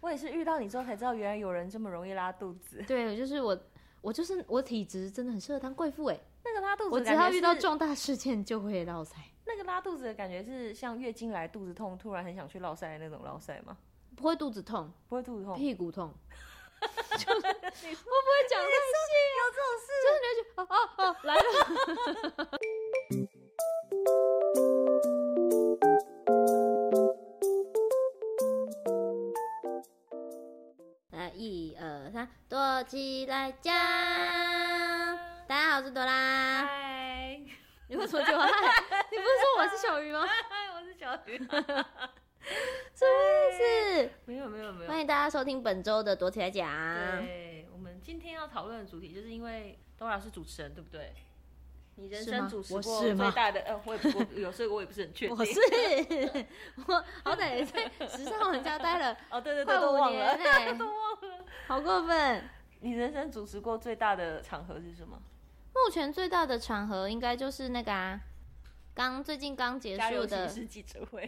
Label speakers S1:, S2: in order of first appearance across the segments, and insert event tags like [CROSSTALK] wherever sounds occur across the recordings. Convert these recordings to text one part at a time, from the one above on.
S1: 我也是遇到你之后才知道，原来有人这么容易拉肚子。 [LAUGHS]
S2: 对，就是我，我就是我体质真的很适合当贵妇哎，
S1: 那个拉肚子，
S2: 我只要遇到重大事件就会落塞，
S1: 那个拉肚子的感觉是像月经来肚子痛，突然很想去落塞的那种落塞吗？
S2: 不会肚子痛，
S1: 不会肚子痛，
S2: 屁股痛， [LAUGHS]
S1: 你说
S2: 我不会讲太细，
S1: 有这种事？
S2: 就是你会觉得哦哦哦来了，哦 [LAUGHS] 来一二三，躲起来讲，大家好，我是朵拉。
S1: 嗨，
S2: 你为什么叫我嗨？ [LAUGHS] 你不是说我是小鱼吗？
S1: 嗨， [LAUGHS] 我是小鱼。 [LAUGHS]
S2: 是，
S1: 没有没有没有
S2: 欢。迎大家收听本周的躲起来讲。
S1: 对，我们今天要讨论的主题，就是因为 Dora 是主持人，对不对？你人
S2: 是
S1: 生
S2: 吗
S1: 主持
S2: 我
S1: 过
S2: 是
S1: 最
S2: 吗
S1: 大的，呃，我也我有时候我也不是很确定。
S2: [LAUGHS] 我是 [LAUGHS] 我，好歹也在时尚玩家待
S1: [LAUGHS]
S2: 了，
S1: [LAUGHS] 哦，对对
S2: 快
S1: 对，都
S2: 五
S1: 忘
S2: 年
S1: 了，
S2: 哎、
S1: 都忘了。
S2: 好过分。
S1: [LAUGHS] 你人生主持过最大的场合是什么？
S2: 目前最大的场合应该就是那个啊，刚最近刚结
S1: 加
S2: 束
S1: 油骑
S2: 的，
S1: 士记者会。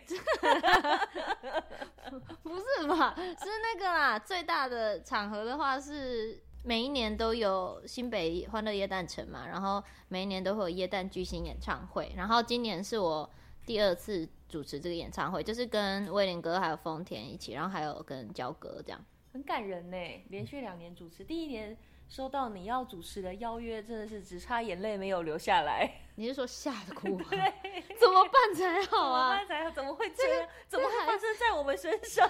S2: 不是吧？ [LAUGHS] 是那个啦。最大的场合的话是。每一年都有新北欢乐耶诞城嘛，然后每一年都会有耶诞巨星演唱会，然后今年是我第二次主持这个演唱会，就是跟威廉哥还有丰田一起，然后还有跟焦哥 [LAUGHS] 这样。
S1: 很感人呢，连续两年主持，第一年收到你要主持的邀约，真的是只差眼泪没有流下来。
S2: 你是说吓得哭吗？怎么办才好啊？
S1: 怎么怎么会这样？怎么会发生在我们身上？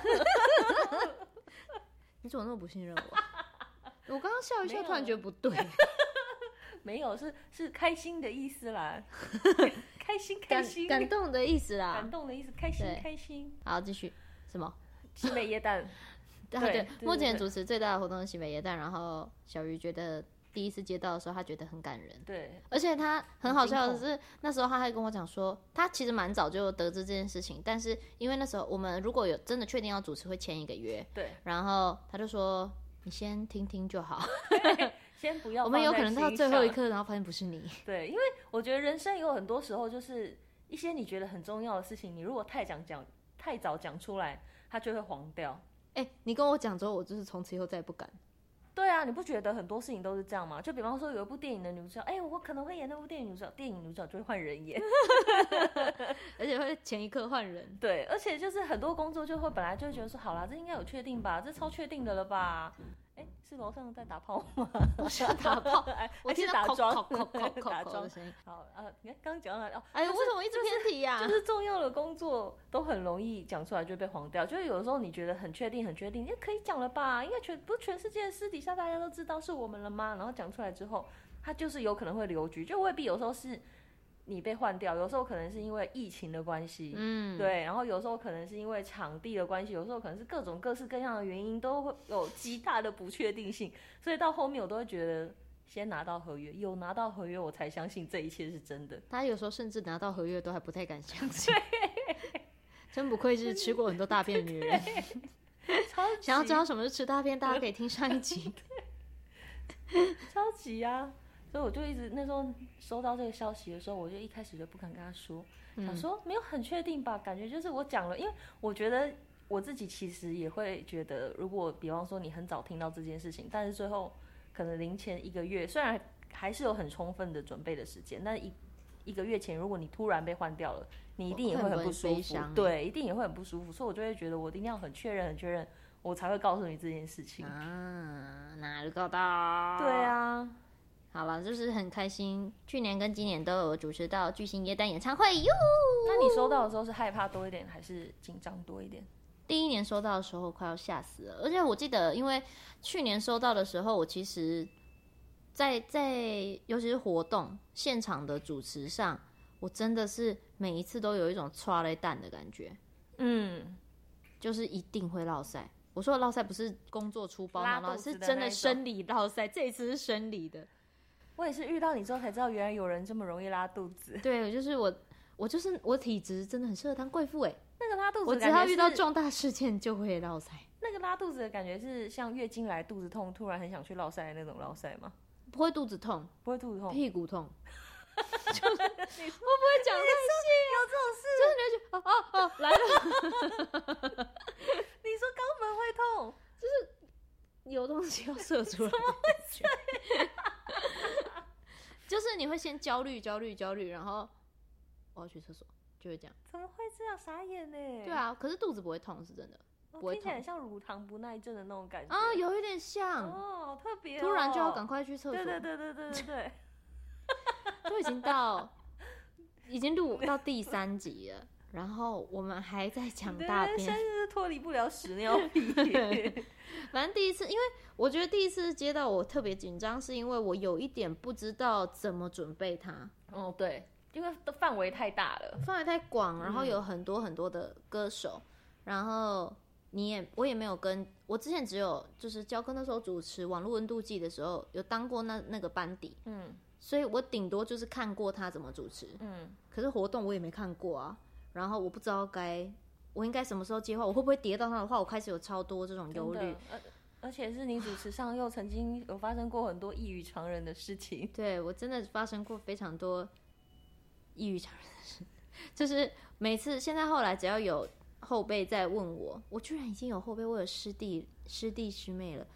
S2: 你怎么那么不信任 [LAUGHS] 我啊？我刚刚笑一
S1: 没
S2: 笑，
S1: 有
S2: 突然觉得不对，
S1: [LAUGHS]
S2: [LAUGHS]
S1: 没有，是是开心的意思
S2: [LAUGHS]
S1: 啦，开心开
S2: 感
S1: 心，
S2: 感动的意思啦
S1: 感。动的意思，开心
S2: 对
S1: 开心。
S2: 好，继续什么？
S1: 西北椰
S2: [LAUGHS]
S1: 蛋，
S2: 对
S1: 对
S2: 对
S1: 对，对
S2: 目前
S1: 对
S2: 主持最大的活动是新北耶诞，然后小鱼觉得第一次接到的时候，他觉得很感人。
S1: 对，
S2: 而且他很好笑的
S1: 很
S2: 是，那时候他还跟我讲说，他其实蛮早就得知这件事情，但是因为那时候我们如果有真的确定要主持，会签一个约，
S1: 对，
S2: 然后他就说你先听听
S1: [LAUGHS]
S2: 就好，
S1: 先不要。
S2: 我们有可能到最后一，刻，然后发现不是你。
S1: 对，因为我觉得人生有很多时候就是一些你觉得很重要的事情，你如果太讲讲太早讲出来，它就会黄掉。
S2: 哎、你跟我讲之后，我就是从此以后再也不敢。
S1: 对啊，你不觉得很多事情都是这样吗？就比方说有一部电影的女主角，哎、我可能会演那部电影女主角，电影女主角就会换人演。 [LAUGHS]
S2: 而且会前一刻换人。
S1: 对，而且就是很多工作就会本来就会觉得说，好啦，这应该有确定吧，这超确定的了吧？哎、是楼上在打炮吗？ [LAUGHS] 哎
S2: 我想打炮，我
S1: 还
S2: 听
S1: 是
S2: 到
S1: 打桩
S2: 叩叩叩叩叩叩
S1: [LAUGHS] 打
S2: 的
S1: 桩
S2: 声音。
S1: 好，呃，你看刚刚讲到哪里？哦，
S2: 哎，为什么一直偏题呀、
S1: 就是重要的工作都很容易讲出来就被黄掉，就是有的时候你觉得很确定、很确定，也可以讲了吧？应该全不是全世界私底下大家都知道是我们了吗？然后讲出来之后，它就是有可能会留局，就未必有时候是你被换掉，有时候可能是因为疫情的关系，
S2: 嗯，
S1: 对，然后有时候可能是因为场地的关系，有时候可能是各种各式各样的原因，都会有极大的不确定性，所以到后面我都会觉得。先拿到合约，有拿到合约，我才相信这一切是真的。
S2: 他有时候甚至拿到合约都还不太敢相信。 [LAUGHS] 真不愧是吃过很多大便的女人。
S1: 超级
S2: [LAUGHS] 想要知道什么是吃大便，大家可以听上
S1: [LAUGHS]
S2: 一集。
S1: 超级啊！所以我就一直那时候收到这个消息的时候，我就一开始就不敢跟他说，想说没有很确定吧，感觉就是我讲了，因为我觉得我自己其实也会觉得，如果比方说你很早听到这件事情，但是最后可能临前一个月，虽然还是有很充分的准备的时间，但一一个月前如果你突然被换掉了，你一定也会很不
S2: 会很
S1: 舒
S2: 悲
S1: 服
S2: 伤，
S1: 对，一定也会很不舒服，所以我就会觉得我一定要很确认、很确认，我才会告诉你这件事情。
S2: 啊，哪里搞到？
S1: 对，啊，
S2: 好了，就是很开心，去年跟今年都有主持到巨星耶诞演唱会哟。
S1: 那你收到的时候是害怕多一点，还是紧张多一点？
S2: 第一年收到的时候快要吓死了，而且我记得，因为去年收到的时候，我其实在在尤其是活动现场的主持上，我真的是每一次都有一种抓了蛋的感觉，
S1: 嗯，
S2: 就是一定会落塞。我说的落塞不是工作出包
S1: 拉
S2: 闹闹，
S1: 肚子的
S2: 是真
S1: 那
S2: 的
S1: 一种
S2: 生理落塞，这一次是生理的。
S1: 我也是遇到你之后才知道，原来有人这么容易拉肚子。
S2: 对，就是我，我就是我体质真的很适合当贵妇哎，
S1: [LAUGHS] 那个拉肚子，
S2: 我只要遇到，重大事件就会落塞，
S1: 那个拉肚子的感觉是像月经来肚子痛，突然很想去落塞的那种落塞吗？
S2: 不会肚子痛，
S1: 不会肚子痛，
S2: 屁股痛。 [LAUGHS]
S1: [LAUGHS]
S2: 就是我不会讲太细，啊
S1: 有这种事？
S2: 就是你会觉得哦哦哦来了，
S1: 你说刚门会痛，
S2: 有
S1: [LAUGHS]
S2: 东西要射出来， [LAUGHS] 就是你会先焦虑、焦虑、焦虑，然后我要去厕所，就会这样。
S1: 怎么会这样？傻眼呢？
S2: 对，啊，可是肚子不会痛，是真的
S1: 哦
S2: 不会
S1: 听起来
S2: 痛
S1: 很像乳糖不耐症的那种感觉
S2: 啊，有一点像，
S1: 哦，好特别哦，
S2: 突然就要赶
S1: 快，
S2: 快去厕所，
S1: 对对对对对对对， [LAUGHS]
S2: 就已经到已经录 [LAUGHS] 到第三集了，然后我们还在讲
S1: 对
S2: 大
S1: 对对
S2: 便
S1: 现，在就是脱离不了屎尿 [LAUGHS] 屁，
S2: 反正第一次，因为我觉得第一次接到我特别紧张，是因为我有一点不知道怎么准备它，
S1: 哦对，因为的范围太大了，
S2: 范围太广，然后有很多很多的歌手，然后你也我也没有跟我之前只有就是教课那时候主持网络温度计的时候有当过那那个班底，
S1: 嗯
S2: 所以我顶多就是看过他怎么主持，
S1: 嗯，
S2: 可是活动我也没看过啊，然后我不知道该我应该什么时候接话，我会不会跌到他的话，我开始有超多这种忧
S1: 真
S2: 虑
S1: 的。，而而且是你主持上又曾经有发生过很多异于常人的事情，
S2: 对我真的发生过非常多异于常人的事， [LAUGHS] 就是每次现在后来只要有后辈在问我，我居然已经有后辈，我有师弟、师弟师妹了。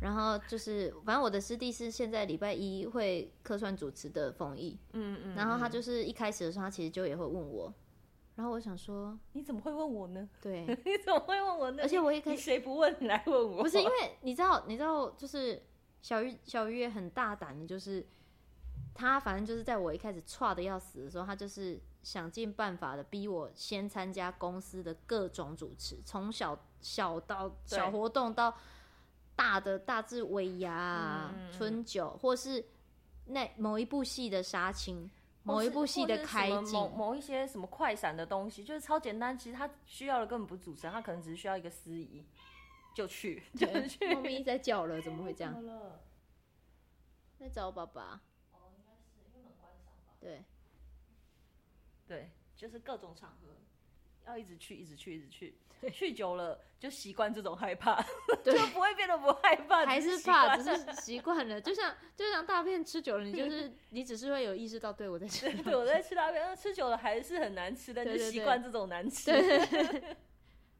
S2: 然后就是，反正我的师弟是现在礼拜一会客串主持的冯毅，
S1: [LAUGHS] 嗯嗯，
S2: 然后他
S1: 嗯
S2: 就是一开始的时候，他其实就也会问我，然后我想说，
S1: 你怎么会问我呢？ [LAUGHS]
S2: 对，
S1: 你怎么会问我呢？
S2: 而且我一开
S1: 你
S2: 始
S1: 谁不问你来问我？[LAUGHS]
S2: 不是因为你知道，你知道，就是小鱼小鱼也很大胆的，就是他反正就是在我一开始差的要死的时候，他就是想尽办法的逼我先参加公司的各种主持，从小小到
S1: 对
S2: 小活动到大的大至尾牙啊、
S1: 嗯嗯嗯
S2: 春酒，或是那某一部戏的杀青，某
S1: 或
S2: 一
S1: 是
S2: 部戏
S1: 或
S2: 的
S1: 是什
S2: 开
S1: 么
S2: 镜
S1: 某，某一些什么快闪的东西，就是超简单。其实他需要的根本不是主持人，他可能只是需要一个司仪，就去 [LAUGHS] 就
S2: [LAUGHS] 对
S1: 去。
S2: 猫咪在叫了，怎么会
S1: [LAUGHS]
S2: 这样？
S1: 了？
S2: 在找爸爸，对。
S1: 对，就是各种场合要一直去，一直去，一直去。去久了就习惯这种害怕， [LAUGHS] 就
S2: 对
S1: 不会变得不害怕，
S2: 还
S1: 只
S2: 是
S1: 是习
S2: 怕，
S1: 惯
S2: 只是习惯了。就像就像大便吃久了，你就是你只是会有意识到，对我在吃。 [LAUGHS]
S1: [LAUGHS] 对，我在吃大便，吃久了还是很难吃，但就
S2: 对对
S1: 习
S2: 对
S1: 惯这种难吃。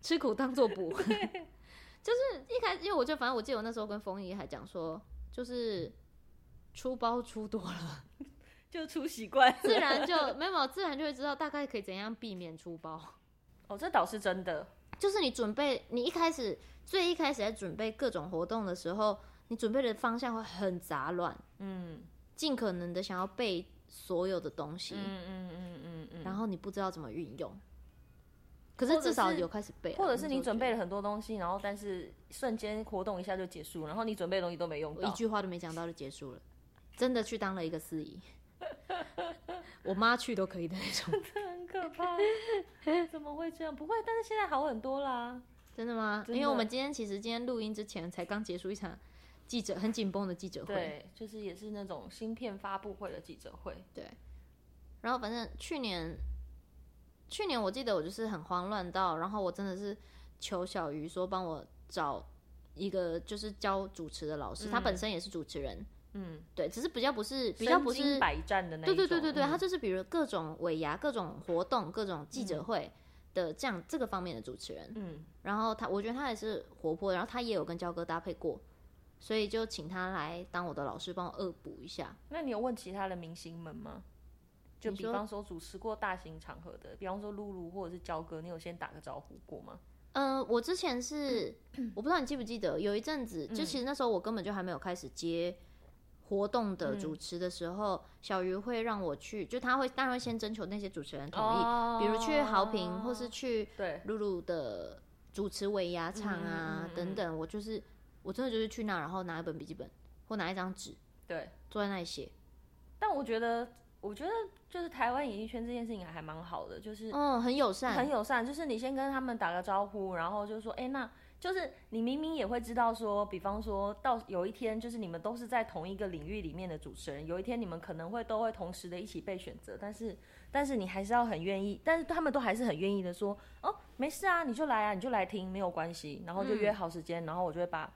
S2: 吃苦当做补。 [LAUGHS] 就是一开始，因为我就反正我记得我那时候跟风姨还讲说，就是出包出多了， [LAUGHS]
S1: 就出习惯了。
S2: 自然就没有没有自然就会知道大概可以怎样避免出包。 [LAUGHS]
S1: 哦，这倒是真的。
S2: 就是你准备，你一开始最一开始在准备各种活动的时候，你准备的方向会很杂乱，
S1: 嗯
S2: 尽可能的想要背所有的东西。
S1: 嗯嗯嗯嗯嗯。
S2: 然后你不知道怎么运用。可是至
S1: 或
S2: 少
S1: 者是
S2: 有开始背了，啊
S1: 或者是你准备了
S2: 了，
S1: 很多东西，然后但是瞬间活动一下就结束，然后你准备的东西都没用
S2: 我一
S1: 到。
S2: 句话都没讲到就结束了，真的去当了一个司仪， [LAUGHS] 我妈去都可以的那种。
S1: 很可 [LAUGHS] 怕，怎么会这样？不会，但是现在好很多啦。
S2: 真的吗？
S1: 真的
S2: 因为我们今天其实今天录音之前才刚结束一场记者很紧绷的记者会，
S1: 对，就是也是那种芯片发布会的记者会。
S2: 然后反正去年，去年我记得我就是很慌乱到，然后我真的是求小鱼说帮我找一个就是教主持的老师，他
S1: 嗯
S2: 本身也是主持人，
S1: 嗯，
S2: 对，只是比较不是比较不
S1: 身经
S2: 是
S1: 百战的那一种。
S2: 对对对对
S1: 嗯
S2: 对，他就是比如各种尾牙、各种活动、各种记者会的这样、这个方面的主持人。
S1: 嗯
S2: 然后他，我觉得他也是活泼，然后他也有跟焦哥搭配过，所以就请他来当我的老师，帮我恶补一下。
S1: 那你有问其他的明星们吗？就
S2: 你
S1: 比
S2: 说
S1: 方说主持过大型场合的，比方说露露或者是焦哥，你有先打个招呼过吗？
S2: 嗯，我之前是
S1: 嗯
S2: [CLEARS THROAT] 我不知道你记不记得，有一阵子，就其实那时候我根本就还没有开始接活动的
S1: 嗯
S2: 主持的时候，小鱼会让我去，就他会当然会先征求那些主持人同意，
S1: 哦
S2: 比如去豪平或是去
S1: 对，
S2: 露露的主持尾牙场啊、
S1: 哦嗯嗯嗯嗯
S2: 等等，我就是我真的就是去那，然后拿一本笔记本或拿一张纸，
S1: 对，
S2: 坐在那里写。
S1: 但我觉得，我觉得就是台湾演艺圈这件事情还蛮好的，就是
S2: 嗯，很友善，
S1: 很友善，就是你先跟他们打个招呼，然后就说，哎、那就是你明明也会知道说，比方说到有一天，就是你们都是在同一个领域里面的主持人，有一天你们可能会都会同时的一起被选择，但是但是你还是要很愿意，但是他们都还是很愿意的
S2: 嗯
S1: 说，哦，没事啊，你就来啊，你就来听，没有关系，然后就约好时间，然后我就会把。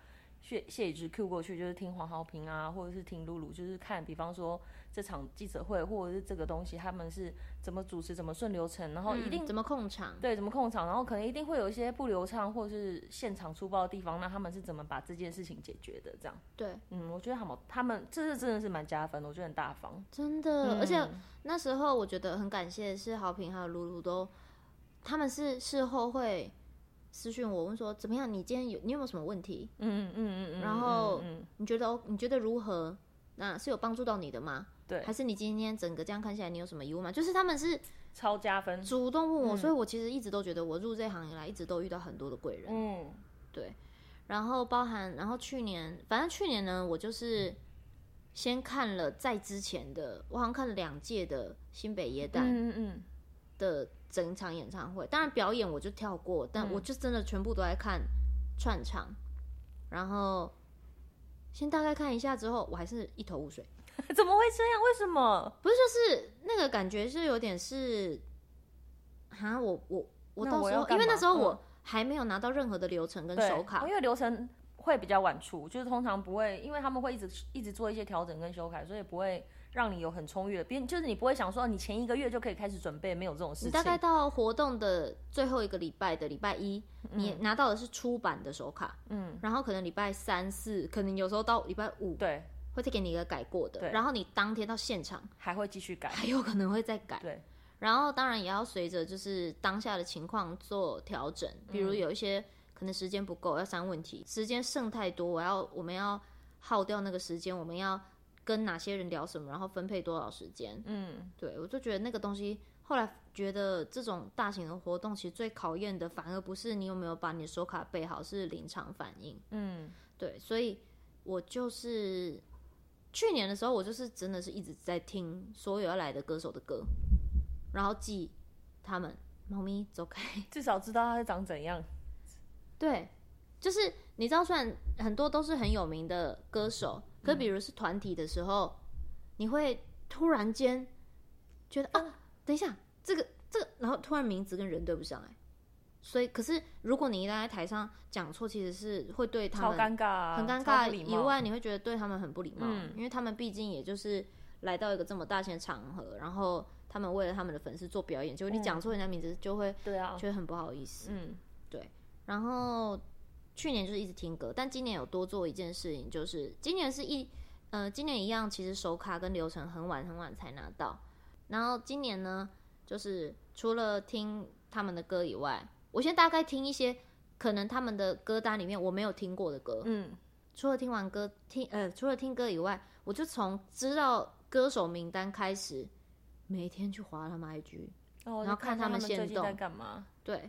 S1: 谢谢以之 Q 过去，就是听黄豪平啊，或者是听露露，就是看，比方说这场记者会或者是这个东西，他们是怎么主持，怎么顺流程，然后一定、
S2: 嗯怎么控场？
S1: 对怎么控场，然后可能一定会有一些不流畅或者是现场粗暴的地方，那他们是怎么把这件事情解决的？这样，
S2: 对，
S1: 嗯，我觉得他们他们这是真的是蛮加分的，我觉得很大方。
S2: 真的，而且
S1: 嗯
S2: 那时候我觉得很感谢的是好评还有露露都，他们是事后会私讯我问说怎么样，你今天有你有没有什么问题？
S1: 嗯嗯嗯嗯，
S2: 然后
S1: 嗯嗯
S2: 你觉得哦你觉得如何？那是有帮助到你的吗？
S1: 对
S2: 还是你今天整个这样看下来，你有什么疑问吗？就是他们是
S1: 超加分，
S2: 主动问我，
S1: 嗯
S2: 所以我其实一直都觉得我入这行以来，一直都遇到很多的贵人。
S1: 嗯
S2: 对，然后包含，然后去年，反正去年呢，我就是先看了在之前的，我好像看了两届的新北耶诞
S1: 嗯嗯嗯， [LAUGHS]
S2: 的整场演唱会，当然表演我就跳过，但
S1: 嗯
S2: 我就真的全部都在看串场，然后先大概看一下之后，我还是一头雾水，
S1: 怎么会这样？为什么？
S2: 不是就是那个感觉是有点是，哈，我我我
S1: 那
S2: 到
S1: 我
S2: 时
S1: 要
S2: 候
S1: 干
S2: 因为那
S1: 嘛
S2: 时候
S1: 嗯
S2: 我还没有拿到任何的流程跟
S1: 对
S2: 手卡，
S1: 哦因为流程会比较晚出，就是通常不会，因为他们会一直一直做一些调整跟修改，所以不会让你有很充裕的，边就是你不会想说哦你前一个月就可以开始准备，没有这种事
S2: 你
S1: 情。
S2: 大概到活动的最后一个礼拜的礼拜一，你拿到的是出版的手卡，
S1: 嗯，
S2: 然后可能礼拜三四，可能有时候到礼拜五
S1: 对，
S2: 会再给你一个改过的，
S1: 对
S2: 然后你当天到现场
S1: 还会继续改。
S2: 还有可能会再改，
S1: 对，
S2: 然后当然也要随着就是当下的情况做调整，比
S1: 嗯
S2: 如有一些可能时间不够要删问题，时间剩太多，我要我们要耗掉那个时间，我们要跟哪些人聊什么，然后分配多少时间，
S1: 嗯，
S2: 对，我就觉得那个东西，后来觉得这种大型的活动，其实最考验的反而不是你有没有把你的手卡备好，是临场反应。
S1: 嗯，
S2: 对，所以我就是去年的时候，我就是真的是一直在听所有要来的歌手的歌，然后记他们。猫咪走开。
S1: 至少知道它是长怎
S2: 嗯
S1: 样。
S2: [LAUGHS] 对，就是你知道，虽然很多都是很有名的歌手，可比如是团体的时候，你会突然间觉得啊，等一下，这个这个，然后突然名字跟人对不上哎、所以可是如果你一旦在台上讲错，其实是会对他
S1: 超
S2: 们
S1: 尴尬啊、
S2: 很尴
S1: 超
S2: 尬
S1: 不礼
S2: 以
S1: 貌，
S2: 外，你会觉得对他们很不礼貌，
S1: 嗯
S2: 因为他们毕竟也就是来到一个这么大型的场合，然后他们为了他们的粉丝做表演，结果你讲错人家名字，就会
S1: 对啊，
S2: 觉得很不好意思。
S1: 嗯
S2: 然后去年就是一直听歌，但今年有多做一件事情，就是今年是一呃，今年一样，其实手卡跟流程很晚很晚才拿到。然后今年呢，就是除了听他们的歌以外，我先大概听一些可能他们的歌单里面我没有听过的歌。
S1: 嗯，
S2: 除了听完歌听呃，除了听歌以外，我就从知道歌手名单开始，每天去划他们 IG。
S1: 然后
S2: 然后
S1: 哦就看
S2: 看他
S1: 他
S2: 们
S1: 最
S2: 限
S1: 近在
S2: 动
S1: 干嘛。
S2: 对，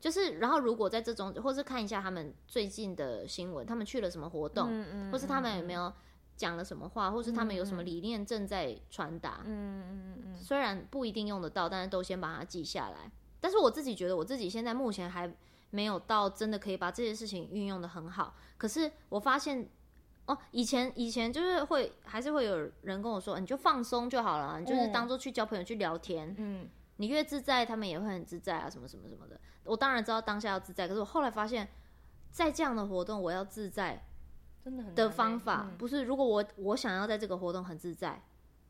S2: 就是然后如果在这种，或是看一下他们最近的新闻，他们去了什么活动，
S1: 嗯嗯，
S2: 或是他们有没有讲了什么话，或是他们有什么理念正在传达。
S1: 嗯嗯嗯
S2: 虽然不一定用得到，但是都先把它记下来。但是我自己觉得，我自己现在目前还没有到真的可以把这些事情运用的很好。可是我发现，哦，以前以前就是会还是会有人跟我说，你就放松就好了，你就是
S1: 嗯
S2: 当做去交朋友去聊天。
S1: 嗯
S2: 你越自在，他们也会很自在啊，什么什么什么的。我当然知道当下要自在，可是我后来发现，在这样的活动，我要自在
S1: 嗯，真的很
S2: 的
S1: 难欸
S2: 方法、
S1: 嗯
S2: 不是，如果我我想要在这个活动很自在，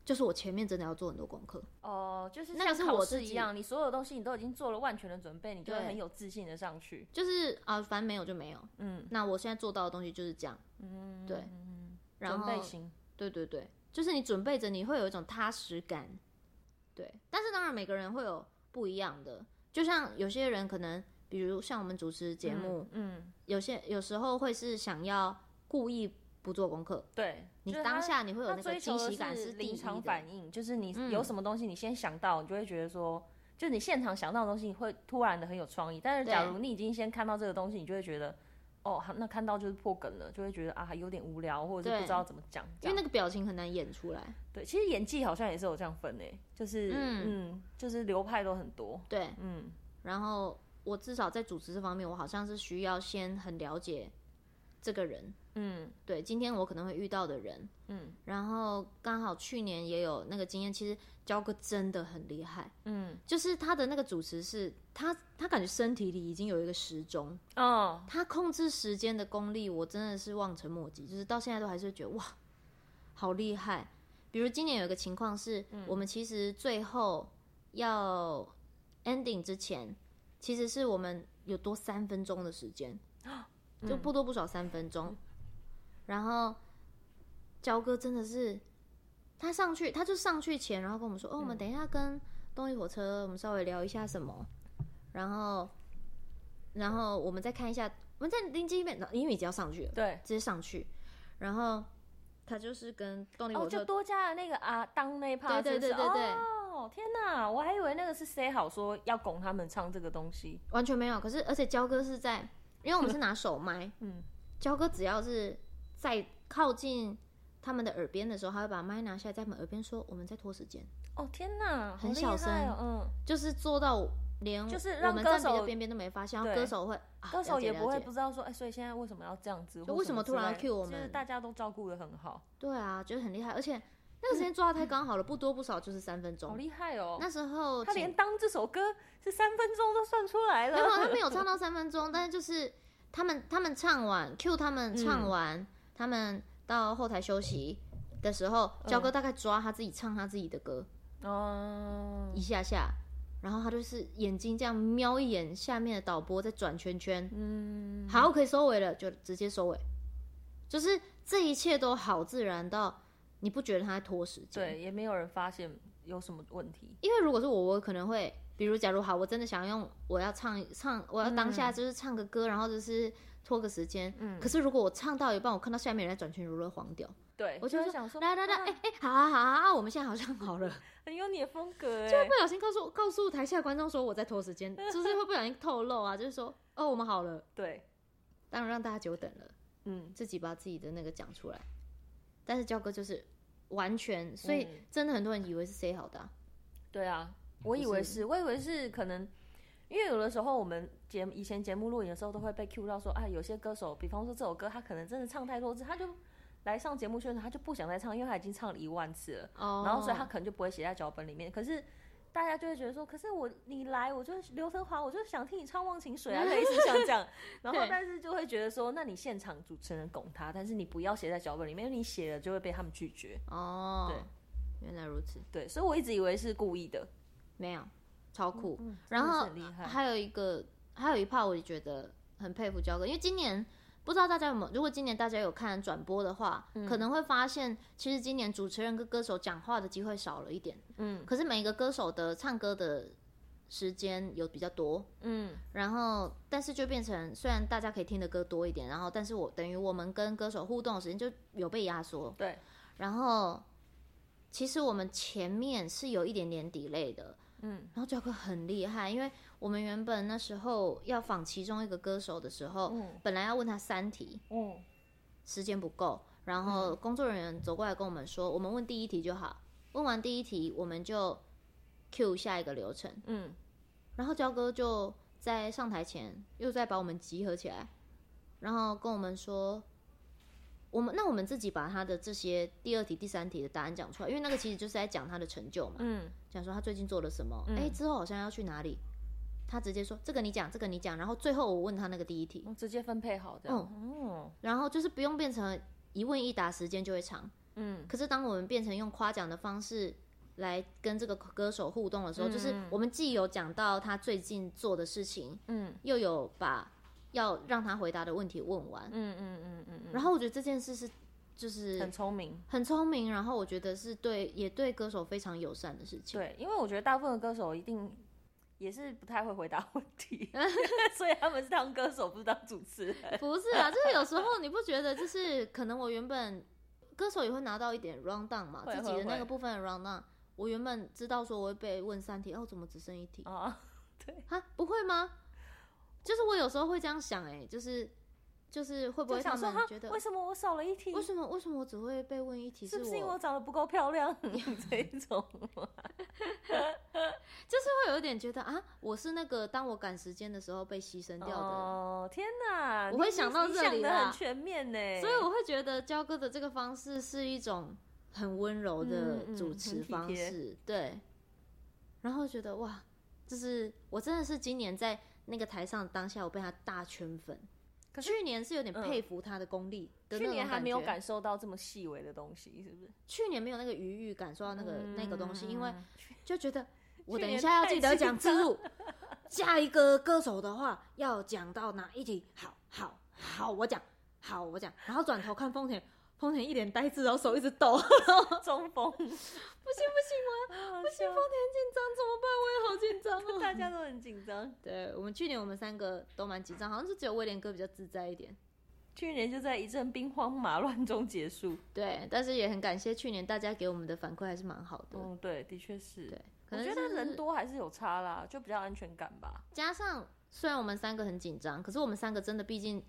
S2: 就是我前面真的要做很多功课。
S1: 哦，就是
S2: 那个
S1: 像
S2: 是
S1: 考
S2: 我
S1: 试
S2: 自
S1: 一
S2: 己
S1: 样，你所有东西你都已经做了万全的准备，你就会
S2: 对
S1: 很有自信的上去。
S2: 就是啊、反正没有就没有。
S1: 嗯，
S2: 那我现在做到的东西就是这样，
S1: 嗯，
S2: 对
S1: 嗯
S2: 然
S1: 准
S2: 后
S1: 备型，
S2: 对对对，就是你准备着，你会有一种踏实感。对，但是当然每个人会有不一样的，就像有些人可能，比如像我们主持节目，
S1: 嗯，
S2: 有些有时候会是想要故意不做功课，
S1: 对，
S2: 你
S1: 就是
S2: 当
S1: 他
S2: 下你会有
S1: 他
S2: 那个
S1: 追求
S2: 惊
S1: 的
S2: 喜感
S1: 是
S2: 第一
S1: 临场
S2: 的，
S1: 反应，就是你
S2: 嗯
S1: 有什么东西你先想到，你就会觉得说，就你现场想到的东西，你会突然的很有创意。但是
S2: 对
S1: 假如你已经先看到这个东西，你就会觉得，哦，好那看到就是破梗了，就会觉得啊有点无聊，或者是
S2: 对
S1: 不知道怎么讲。这
S2: 因
S1: 样
S2: 为那个表情很难演出来。
S1: 对，其实演技好像也是有这样分诶，就是
S2: 嗯
S1: 嗯，就是流派都很多。
S2: 对，
S1: 嗯，
S2: 然后我至少在主持这方面，我好像是需要先很了解这个人，
S1: 嗯
S2: 对，今天我可能会遇到的人，
S1: 嗯
S2: 然后刚好去年也有那个经验，其实焦哥真的很厉害，
S1: 嗯，
S2: 就是他的那个主持是他他感觉身体里已经有一个时钟，
S1: 哦，
S2: 他控制时间的功力，我真的是望尘莫及，就是到现在都还是觉得哇，好厉害。比如今年有一个情况是，我们其实最后要 ending 之前，其实是我们有多三分钟的时间，就不多不少三分钟。然后焦哥真的是，他上去他就上去前，然后跟我们说，哦，我们等一下跟动力火车，我们稍微聊一下什么，然后然后我们再看一下，我们再盯机一遍，因为已经要上去了，
S1: 对，
S2: 直接上去，然后他就是跟动力
S1: 哦，
S2: 火车
S1: 就多加了那个啊，当那一趴，是
S2: 对对
S1: 不是
S2: 对对对
S1: 哦，天哪，我还以为那个是 say 好说要拱他们唱这个东西，
S2: 完全没有。可是而且焦哥是在，因为我们是拿手 [LAUGHS] 麦，
S1: 嗯，
S2: 焦哥只要是在靠近他们的耳边的时候，他会把麦拿下来，在他们耳边说：“我们在拖时间。
S1: 哦，天哪，好
S2: 很
S1: 厉害
S2: 小声
S1: 哦”
S2: 就是做到连
S1: 就是
S2: 我
S1: 让
S2: 们
S1: 歌
S2: 站
S1: 手
S2: 比的边边都没发现，然后
S1: 对
S2: 歌手会，啊
S1: 嗯，歌手
S2: 了解
S1: 也不会
S2: 了解
S1: 不知道说，哎，所以现在为什么要这样子，
S2: 就
S1: 或
S2: 为什么
S1: 之
S2: 突然要
S1: 类的
S2: cue 我
S1: 就是
S2: 们
S1: 大家都照顾的很好，
S2: 对啊，觉得很厉害，而且那个时间抓的太刚好了，不多不少就是三分
S1: 好
S2: 钟。
S1: 厉害哦，
S2: 那时候
S1: 他
S2: 请
S1: 连当这首歌是三分钟都算出来
S2: [LAUGHS] 没有，啊他
S1: 了，
S2: 们有唱到三分钟，但是就是他们他们唱完，Q 他们唱完，他们到后台休息的时候，焦哥大概抓他自己唱他自己的歌、
S1: 哦，
S2: 一下下，然后他就是眼睛这样瞄一眼下面的导播，再转圈圈，
S1: 嗯，
S2: 好，可以收尾了，就直接收尾，就是这一切都好自然到你不觉得他在拖时间，
S1: 对，也没有人发现有什么问题，
S2: 因为如果是我，我可能会，比如假如好，我真的想用，我要唱唱，我要当下就是唱个歌，然后就是拖个时间。
S1: 嗯
S2: 可是如果我唱到一半，我看到下面人在转圈如乐黄掉，
S1: 对，
S2: 我
S1: 就
S2: 就
S1: 会
S2: 会
S1: 想说，
S2: 来来来，
S1: 啊
S2: 哎哎、好啊好啊，我们现在好像好
S1: [LAUGHS]
S2: 了，
S1: 很有你的风格哎，
S2: 会不小心告诉告诉台下观众说我在拖时间，就是会不小心透露啊，就是说哦我们好了，
S1: 对，
S2: 当然让大家久等了，
S1: 嗯，
S2: 自己把自己的那个讲出来。但是焦哥就是完全，所以
S1: 嗯
S2: 真的很多人以为是 say 好的啊、
S1: 对啊，我以为是，我以为是可能，因为有的时候我们节以前节目录影的时候都会被 Q 到说，啊，有些歌手，比方说这首歌他可能真的唱太多次，他就来上节目宣传，他就不想再唱，因为他已经唱了一万次了，
S2: 哦，
S1: 然后所以他可能就不会写在脚本里面。可是大家就会觉得说，可是我你来，我就是刘德华，我就是想听你唱《忘情水》啊，类似像这样。然后
S2: 对
S1: 但是就会觉得说，那你现场主持人拱他，但是你不要写在脚本里面，因为你写了就会被他们拒绝。
S2: 哦，
S1: 对，
S2: 原来如此。
S1: 对，所以我一直以为是故意的。
S2: 没有，超酷。
S1: 嗯
S2: 然
S1: 真的
S2: 后
S1: 是很厉害
S2: 还有一个，还有一趴，我也觉得很佩服焦哥，因为今年不知道大家有没有，如果今年大家有看转播的话，
S1: 嗯
S2: 可能会发现，其实今年主持人跟歌手讲话的机会少了一点，
S1: 嗯
S2: 可是每一个歌手的唱歌的时间有比较多，
S1: 嗯
S2: 然后，但是就变成虽然大家可以听的歌多一点，然后，但是我等于我们跟歌手互动的时间就有被压缩。
S1: 对。
S2: 然后，其实我们前面是有一点点 delay 的，
S1: 嗯，
S2: 然后教课很厉害，因为我们原本那时候要访其中一个歌手的时候，
S1: 嗯
S2: 本来要问他三题，
S1: 嗯
S2: 时间不够，然后工作人员走过来跟我们说，我们问第一题就好，问完第一题我们就 Q 下一个流程。
S1: 嗯，
S2: 然后焦哥就在上台前又再把我们集合起来，然后跟我们说，我们那我们自己把他的这些第二题、第三题的答案讲出来，因为那个其实就是在讲他的成就嘛，
S1: 嗯，
S2: 讲说他最近做了什么，
S1: 嗯
S2: 哎、之后好像要去哪里，他直接说这个你讲，这个你讲，然后最后我问他那个第一题，
S1: 我嗯直接分配好这样。哦，
S2: 然后就是不用变成一问一答，时间就会长。
S1: 嗯
S2: 可是当我们变成用夸奖的方式来跟这个歌手互动的时候，
S1: 嗯
S2: 就是我们既有讲到他最近做的事情，
S1: 嗯
S2: 又有把要让他回答的问题问完。
S1: 嗯嗯嗯嗯嗯，
S2: 然后我觉得这件事是就是
S1: 很聪明。
S2: 很聪明，然后我觉得是对也对歌手非常友善的事情。
S1: 对，因为我觉得大部分的歌手一定也是不太会回答问题， [LAUGHS] 所以他们是当歌手，不是当主持人。
S2: 不是啊，就是有时候你不觉得就是可能我原本歌手也会拿到一点 round down 嘛，
S1: 会
S2: 自己
S1: 会
S2: 的那
S1: 会
S2: 个部分的 round down。我原本知道说我会被问三题，哦，怎么只剩一题？
S1: 啊，
S2: 啊，不会吗？就是我有时候会这样想、欸，哎，就是就是会不
S1: 就
S2: 会他
S1: 想说
S2: 们
S1: 哈
S2: 觉得，
S1: 为什么我少了一题
S2: 为？什么为什么我只会被问一题？ [LAUGHS]
S1: 是不是因为
S2: 我
S1: 我长得不够漂亮这一种？
S2: 就是会有点觉得啊，我是那个当我赶时间的时候被牺 [LAUGHS] 牲掉的人。
S1: 哦，天哪！
S2: 我会
S1: 你
S2: 想到
S1: 你
S2: 这
S1: 想
S2: 里
S1: 的
S2: 啦
S1: 很全面呢，
S2: 所以我会觉得焦哥的这个方式是一种很温柔的
S1: 嗯嗯
S2: 主持
S1: 很体
S2: 方
S1: 贴
S2: 式，对。然后觉得哇，就是我真的是今年在那个台上当下，我被他大圈粉。
S1: 可是
S2: 去年是有点
S1: 嗯
S2: 佩服他的功力的那
S1: 去
S2: 种
S1: 年还没有
S2: 觉
S1: 感受到这么细微的东西，是不是？
S2: 去年没有那个余裕感受到那个、那个东西，因为
S1: 嗯
S2: 就觉得我
S1: 去
S2: 等一
S1: 年
S2: 下要
S1: 太
S2: 记得
S1: 紧
S2: 讲字幕，下一个歌手的话要讲到哪一题？好好好，我讲，好我讲，然后转头看丰田，丰田一脸呆滞，然后手一直抖，不行 [LAUGHS]
S1: 中 [LAUGHS] 风，
S2: 不行， [LAUGHS]
S1: 不
S2: 我丰田紧张怎么办？我也好紧张哦。
S1: 大家都很紧
S2: [LAUGHS]
S1: 张。
S2: 对我们去年我们三个都蛮紧张，好像是只有威廉哥比较自在一点。
S1: 去年就在一阵兵荒马乱中结束。
S2: 对，但是也很感谢去年大家给我们的反馈还是蛮好的。
S1: 嗯，对，的确是。
S2: 对，
S1: 我
S2: 可能
S1: 觉得
S2: 是
S1: 人多还是有差啦，就比较安全感吧。
S2: 加上虽然我们三个很紧张，可是我们三个真的毕竟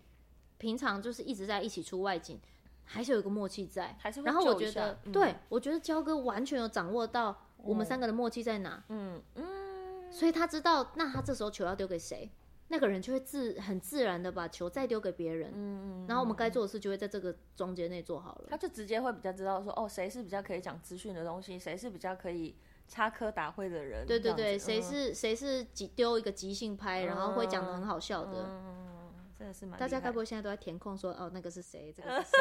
S2: 平常就是一直在一起出外景，还是有一个默契在。
S1: 还是会
S2: 然后我
S1: 救一
S2: 觉得
S1: 下，嗯
S2: 对我觉得焦哥完全有掌握到我们三个的默契在哪，
S1: 嗯嗯，
S2: 所以他知道那他这时候球要丢给谁，那个人就会自很自然的把球再丢给别人，
S1: 嗯
S2: 然后我们该做的事就会在这个中间内做好了。
S1: 他就直接会比较知道说，哦，谁是比较可以讲资讯的东西，谁是比较可以插科打诨的人。
S2: 对对
S1: 这
S2: 对，
S1: 样子嗯
S2: 谁？是谁是即丢一个即兴拍，然后会讲的很好笑
S1: 嗯
S2: 的，
S1: 嗯，嗯真的是蛮
S2: 大家
S1: 厉害
S2: 该
S1: 的
S2: 不会现在都在填空说哦那个是
S1: [LAUGHS]
S2: 谁，这个是谁？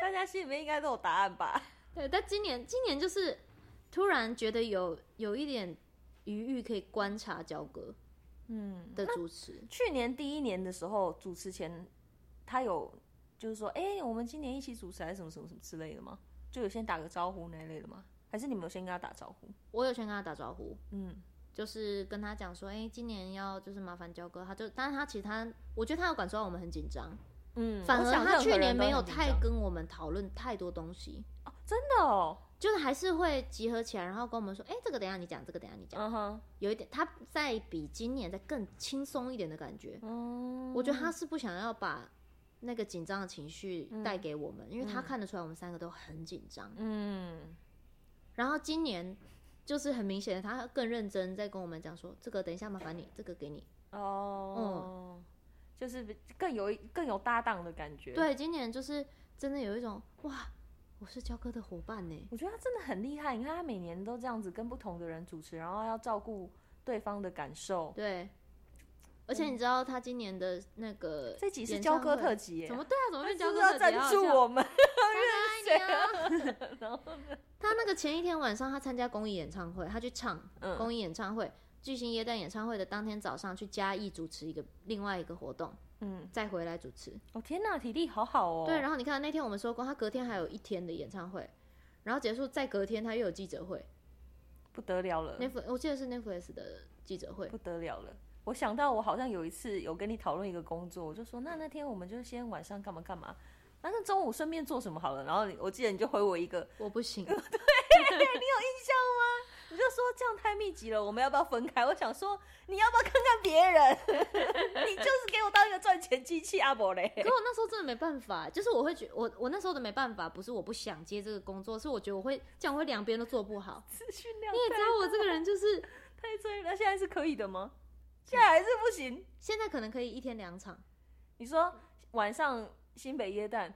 S1: 大家心里面应该都有答案吧？
S2: 对，但今年今年就是突然觉得有有一点余裕可以观察焦哥
S1: 嗯，
S2: 的主持，
S1: 去年第一年的时候，主持前他有就是说，哎、我们今年一起主持还是什么什么什么之类的吗？就有先打个招呼那一类的吗？还是你们有先跟他打招呼？
S2: 我有先跟他打招呼，
S1: 嗯，
S2: 就是跟他讲说，哎、今年要就是麻烦焦哥，他就，但是他其实他，我觉得他有感受到我们很紧张，
S1: 嗯，
S2: 反
S1: 我
S2: 而
S1: 想
S2: 他
S1: 任何
S2: 去
S1: 人
S2: 年
S1: 都
S2: 没有
S1: 很紧
S2: 太
S1: 张
S2: 跟我们讨论太多东西，
S1: 哦，真的哦，
S2: 就是还是会集合起来，然后跟我们说，哎、这个等一下你讲，这个等一下你讲，
S1: 嗯哼，
S2: 有一点他在比今年在更轻松一点的感觉，
S1: 嗯，
S2: 我觉得他是不想要把那个紧张的情绪带给我们，因为他
S1: 嗯
S2: 看得出来我们三个都很紧张。
S1: 嗯，
S2: 然后今年就是很明显的，他更认真在跟我们讲说，这个等一下麻烦你，这个给你。
S1: 哦，就是比更有一更有搭档的感觉。，
S2: 对，今年就是真的有一种哇，我是焦哥的伙伴呢。
S1: 我觉得他真的很厉害，你看他每年都这样子跟不同的人主持，然后要照顾对方的感受。
S2: 对，而且你知道他今年的那个
S1: 这集是
S2: 演
S1: 焦
S2: 唱
S1: 哥
S2: 会
S1: 特辑耶，
S2: 怎么对啊？怎么变焦
S1: 是不
S2: 哥
S1: 是要
S2: 特辑？
S1: 赞
S2: 好
S1: 助
S2: 笑
S1: 我们？
S2: 我
S1: 啊
S2: 认识。啊
S1: [LAUGHS]
S2: 他那个前一天晚上，他参加公益演唱会，他去唱
S1: 嗯
S2: 公益演唱会，巨星耶诞演唱会的当天早上去嘉义主持一个另外一个活动，
S1: 嗯，
S2: 再回来主持。
S1: 哦天哪，体力好好哦。
S2: 对，然后你看那天我们说过，他隔天还有一天的演唱会，然后结束再隔天他又有记者会
S1: 不得了了，
S2: ，Netflix 我记得是 Netflix 的记者会。
S1: 不得了了。我想到我好像有一次有跟你讨论一个工作，我就说那那天我们就先晚上干嘛干嘛，那那中午顺便做什么好了。然后你我记得你就回我一个，
S2: 我不行，
S1: 你就说这样太密集了，我们要不要分开？我想说你要不要看看别人？ [LAUGHS] 你就是给我当一个赚钱机器阿伯嘞。
S2: 可我那时候真的没办法，就是我会觉我我那时候的没办法，不是我不想接这个工作，是我觉得我会这样我会两边都做
S1: [LAUGHS]
S2: 不好。
S1: 资讯量
S2: 你也知道我嗯这个人就是
S1: 太脆了，现在是可以的吗？现在还是不行。
S2: 现在可能可以一天两场，
S1: 你说晚上新北耶诞，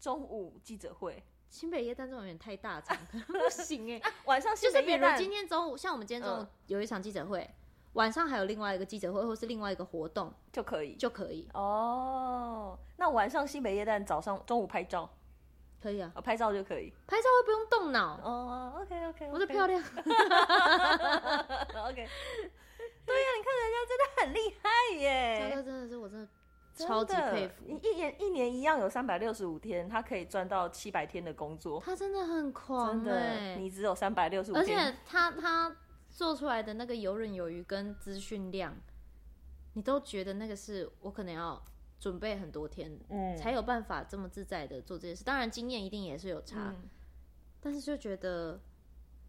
S1: 中午记者会，
S2: 新北夜诞这种有点太大场，可能不行哎、
S1: 晚上
S2: 就
S1: 新
S2: 是
S1: 北
S2: 比
S1: 耶
S2: 如
S1: 诞
S2: 今天中午，像我们今天中午
S1: 嗯
S2: 有一场记者会，晚上还有另外一个记者会，或是另外一个活动
S1: 就可以。
S2: 就可以，
S1: 哦，那晚上新北夜蛋，早上中午拍照，
S2: 可以啊，
S1: 呃，拍照就可以。
S2: 拍照会不用动脑，
S1: 哦，OK OK，
S2: 我的漂
S1: 亮
S2: 亮，
S1: [LAUGHS] ，OK。对呀、你看人家真的很厉害
S2: [LAUGHS] 这
S1: 耶，
S2: 个真的是我真的
S1: 哎真
S2: 超级
S1: 的
S2: 佩服，
S1: 一一年一年一样有三百六十五天，他可以赚到七百天的工作，
S2: 他真的很
S1: 真
S2: 狂
S1: 的，
S2: 哎、
S1: 你只有三百六十五
S2: 而
S1: 天。
S2: 且他他做出来的那个游刃有余跟资讯量，你都觉得那个是我可能要准备很多天
S1: 嗯
S2: 才有办法这么自在的做这件事。当然，经验一定也是有差，
S1: 嗯
S2: 但是就觉得，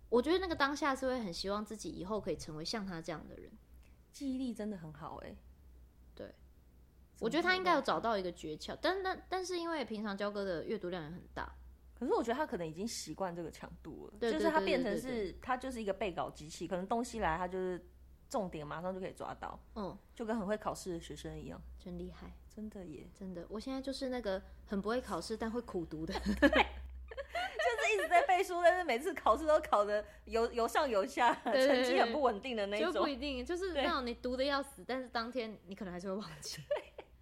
S2: 我觉得那个当下是会很希望自己以后可以成为像他这样的人。
S1: 记忆力真的很好哎。
S2: 对
S1: 怎么
S2: 我觉得他应该
S1: 办
S2: 有找到一个诀窍，但但但是因为平常焦哥的阅读量也很大，
S1: 可是我觉得他可能已经习惯这个强度了，
S2: 对
S1: 就
S2: 对
S1: 是他
S2: 对
S1: 变
S2: 对
S1: 成
S2: 对对
S1: 是他就是一个备稿机器，可能东西来他就是重点马上就可以抓到，
S2: 嗯，
S1: 就跟很会考试的学生一样，
S2: 真厉害，
S1: 真的耶，
S2: 真的，我现在就是那个很不会考试但会苦
S1: [LAUGHS]
S2: 读的，
S1: 就是一直在背书，但是每次考试都考的 [LAUGHS] 有有上有下，
S2: 对对
S1: 成绩很不稳定的那
S2: 就不
S1: 种。
S2: 一定，就是
S1: 对
S2: 那种你读的要死，但是当天你可能还是会忘记，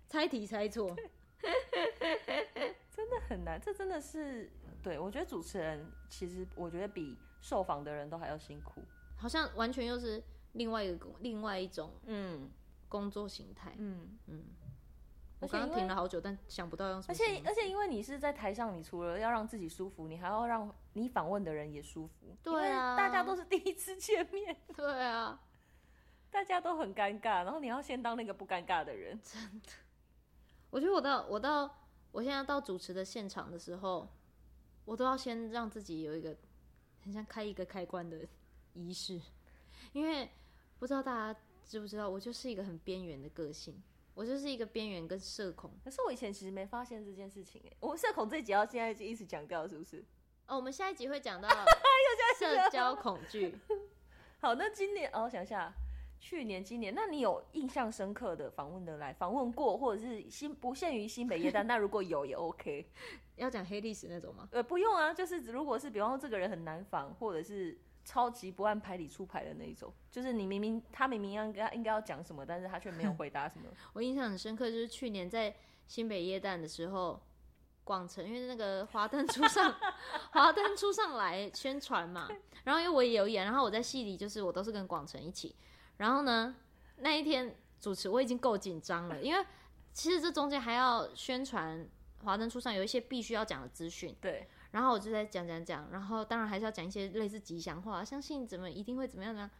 S2: 猜题猜错，
S1: 真的很难，这真的是对我觉得主持人其实我觉得比受访的人都还要辛苦。
S2: 好像完全又是另外一个工，另外一种
S1: 嗯
S2: 工作形态。
S1: 嗯，
S2: 嗯，
S1: 而
S2: 我
S1: 且
S2: 刚
S1: 因
S2: 刚
S1: 为
S2: 停了好久，但想不到用什么
S1: 而
S2: 形
S1: 且
S2: 容。
S1: 而且因为你是在台上，你除了要让自己舒服，你还要让你访问的人也舒服。
S2: 对
S1: 因为
S2: 啊
S1: 大家都是第一次见面，
S2: 对啊，
S1: 大家都很尴尬，然后你要先当那个不尴尬的人。
S2: 我觉得我到我到我现在到主持的现场的时候，我都要先让自己有一个很像开一个开关的仪式，因为不知道大家知不知道，我就是一个很边缘的个性，我就是一个边缘跟社恐。
S1: 可是我以前其实没发现这件事情、欸，我们社恐这集要现在就一直强调，是不是？
S2: 哦，我们下一集会
S1: [LAUGHS]
S2: 讲到
S1: 下一集了
S2: 社交恐惧。
S1: 好，那今年哦，我想一下，去年、今年，那你有印象深刻的访问的来访问过，或者是新不限于新北夜单，那如果有也 OK，
S2: 要讲黑历史那种吗？
S1: 呃，不用啊，就是如果是比方说这个人很难访，或者是超级不按牌理出牌的那一种，就是你明明他明明应该应该要讲什么，但是他却没有回答什么， [LAUGHS]
S2: 我印象很深刻，就是去年在新北夜诞的时候，广城因为那个华灯初上，华灯初上来宣传嘛，然后因为我也有演，然后我在戏里就是我都是跟广城一起，然后呢那一天主持我已经够紧张了，因为其实这中间还要宣传华灯初上有一些必须要讲的资讯。
S1: 对， [LAUGHS]
S2: 然后我就在讲讲讲，然后当然还是要讲一些类似吉祥话，相信怎么一定会怎么样怎么样。